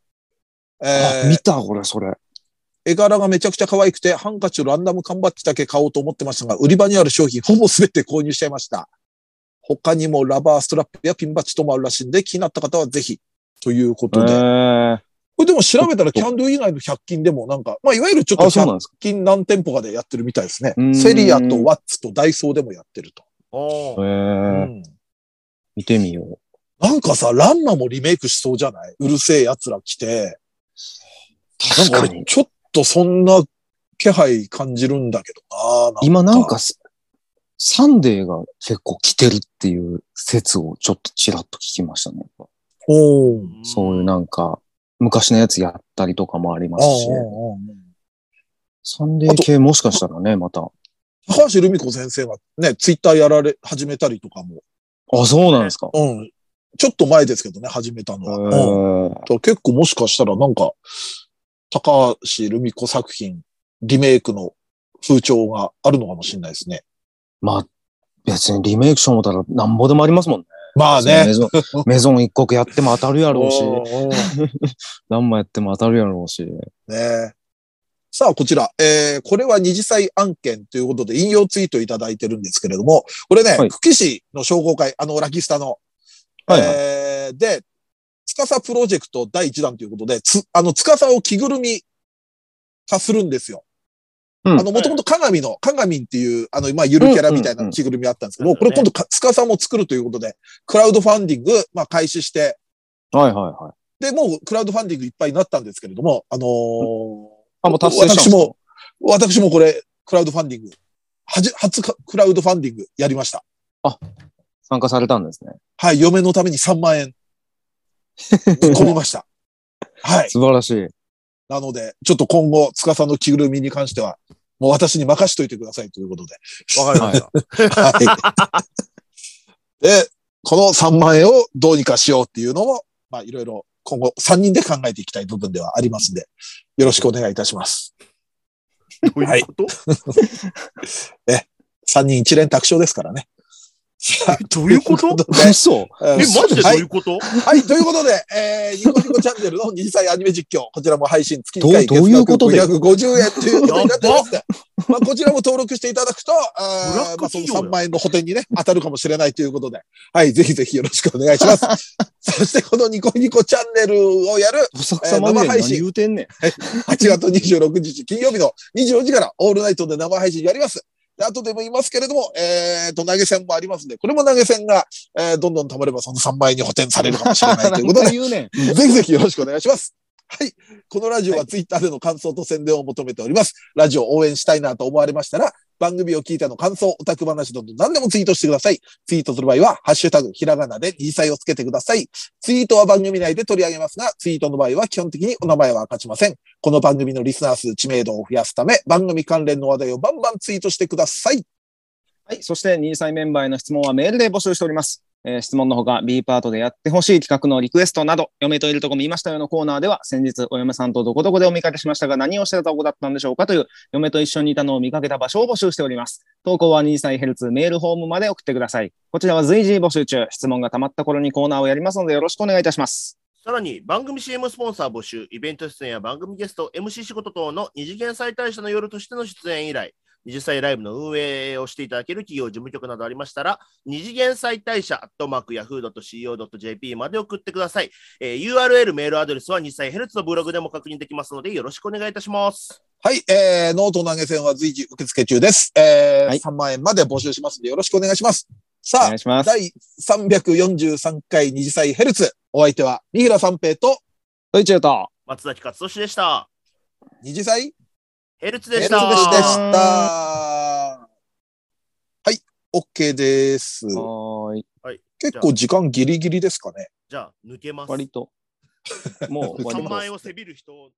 S2: え
S3: あ
S2: ー
S3: 見た、これ、それ。
S2: 絵柄がめちゃくちゃ可愛くて、ハンカチのランダム缶バッジだけ買おうと思ってましたが、売り場にある商品ほぼ全て購入しちゃいました。他にもラバーストラップやピンバッジともあるらしいんで、気になった方はぜひ、ということで。
S3: え
S2: これでも調べたらキャンドゥ以外の100均でもなんか、まあいわゆるちょっ
S3: ー
S2: と
S3: あ、そうなんですか。
S2: 近何店舗かでやってるみたいですね
S3: うー。ん
S2: セリアとワッツとダイソーでもやってると。
S4: お
S3: え
S4: ー
S3: ー
S2: うん
S3: 見てみよう。
S2: なんかさ、ランマもリメイクしそうじゃないうるせえ奴ら来て。な
S3: 確か
S2: ん俺
S3: に。
S2: ちょっとそんな気配感じるんだけどな。
S3: 今なんかす、サンデーが結構来てるっていう説をちょっとちらっと聞きましたね。
S2: おー。
S3: そういうなんか、昔のやつやったりとかもありますし、
S2: おー
S3: サンデー系もしかしたらね、また。
S2: 高橋留美子先生がね、ツイッターやられ、始めたりとかも。
S3: あ、そうなんですか。
S2: うん。ちょっと前ですけどね、始めたのは。
S3: え
S2: うん
S3: ー
S2: と結構もしかしたらなんか、高橋留美子作品、リメイクの風潮があるのかもしれないですね。
S3: まあ、別にリメイクしよう思ったらなんぼでもありますもんね。
S2: まあね
S3: メ。 ゾン、メゾン一国やっても当たるやろうし、
S2: うんうん
S3: ランマやっても当たるやろうし。
S2: ねさあ、こちら、えー、これは二次祭案件ということで引用ツイートいただいてるんですけれども、これね、
S3: はい
S2: 久喜市の商工会、あの、ラキスタの、
S3: はいはい
S2: えーで、つかさプロジェクト第一弾ということで、つ、あの、つかさを着ぐるみ化するんですよ。
S3: うん
S2: あの、もともと鏡の、鏡っていう、あの、まあ、ゆるキャラみたいな着ぐるみあったんですけど、
S4: うんうんうん
S2: これ今度か、つかさも作るということで、クラウドファンディング、まあ、開始して、
S3: はいはいはい。
S2: で、もうクラウドファンディングいっぱいになったんですけれども、あのー
S3: あ、もう達成したん
S2: 私
S3: ですか
S2: も。私もこれ、クラウドファンディング、はじ、初かクラウドファンディングやりました。
S3: 参加されたんですね。
S2: はい、嫁のために3万 円、ぶっ込みました。はい。
S3: 素晴らしい。
S2: なので、ちょっと今後、つかさんの着ぐるみに関しては、もう私に任しといてくださいということで。
S4: わかりました。
S2: はい。で、この3万円をどうにかしようっていうのも、まあ、いろいろ今後3人で考えていきたい部分ではありますんで、よろしくお願いいたします。
S4: どういうこと
S2: 3人一連卓勝ですからね。さあ
S4: どういうこと
S2: とで
S3: 嘘
S2: えー
S4: え、マジでどういうこと
S2: はい、ということで、えー、ニコニコチャンネルの2歳アニメ実況、こちらも配信月1回
S3: どうどういうことだよ
S2: 550円ということになってますね。まあ、こちらも登録していただくと、あー
S4: ブ
S2: ま
S4: ラ
S2: あ、
S4: ック
S2: そ
S4: 企業
S2: の
S4: だ
S2: 3万円の補填にね、当たるかもしれないということで、はい、ぜひぜひよろしくお願いし ます。そして、このニコニコチャンネルをやる
S3: お作様で
S2: えー生配
S3: 何
S2: 信
S3: 言うてんねん。
S2: 8月26日金曜日の24時からオールナイトで生配信やります。で後でも言いますけれども、えー、と、投げ銭もありますんで、これも投げ銭が、えー、どんどん貯まればその3万円に補填されるかもしれないということで
S3: 何、言うねん。
S2: ぜひぜひよろしくお願いします。はい。このラジオはツイッターでの感想と宣伝を求めております。ラジオ応援したいなと思われましたら、番組を聞いたの感想、オタク話など何でもツイートしてください。ツイートする場合は、ハッシュタグ、ひらがなで2歳をつけてください。ツイートは番組内で取り上げますが、ツイートの場合は基本的にお名前は明かしません。この番組のリスナー数、知名度を増やすため、番組関連の話題をバンバンツイートしてください。
S3: はい。そして、2歳メンバーへの質問はメールで募集しております。えー質問のほか、B パートでやってほしい企画のリクエストなど、嫁といるとこ見ましたよのコーナーでは、先日、お嫁さんとどこどこでお見かけしましたが、何をしてたとこだったんでしょうかという、嫁と一緒にいたのを見かけた場所を募集しております。投稿は2歳ヘルツメールホームまで送ってください。こちらは随時募集中。質問が溜まった頃にコーナーをやりますので、よろしくお願いいたします。
S4: さらに番組 CM スポンサー募集、イベント出演や番組ゲスト、MC 仕事等の二次元再大社の夜としての出演以来、20歳ライブの運営をしていただける企業、事務局などありましたら、二次元再大社、アットマーク、yahoo.co.jp まで送ってください。えー URL、メールアドレスは2歳ヘルツのブログでも確認できますので、よろしくお願いいたします。
S2: はい、えー、ノート投げ銭は随時受付中です。えー
S3: はい
S2: 3万円まで募集しますのでよろしくお願いします。
S3: お
S2: さ
S3: 願いしま
S2: あ、
S3: す。
S2: 第343回二次祭ヘルツ。お相手は、三浦三平と
S3: ドイチューと、
S4: 松崎勝利でした。
S2: 二次祭
S4: ヘルツ
S2: ヘ
S4: でし
S2: ルツで
S4: た。
S2: した。はい、OK です。
S3: はーい。
S2: 結構時間ギリギリですかね。
S4: じゃあ、抜けます。
S3: 割と。もう終わり
S4: 3
S3: ま
S4: 万
S3: す
S4: 円を。せびる人を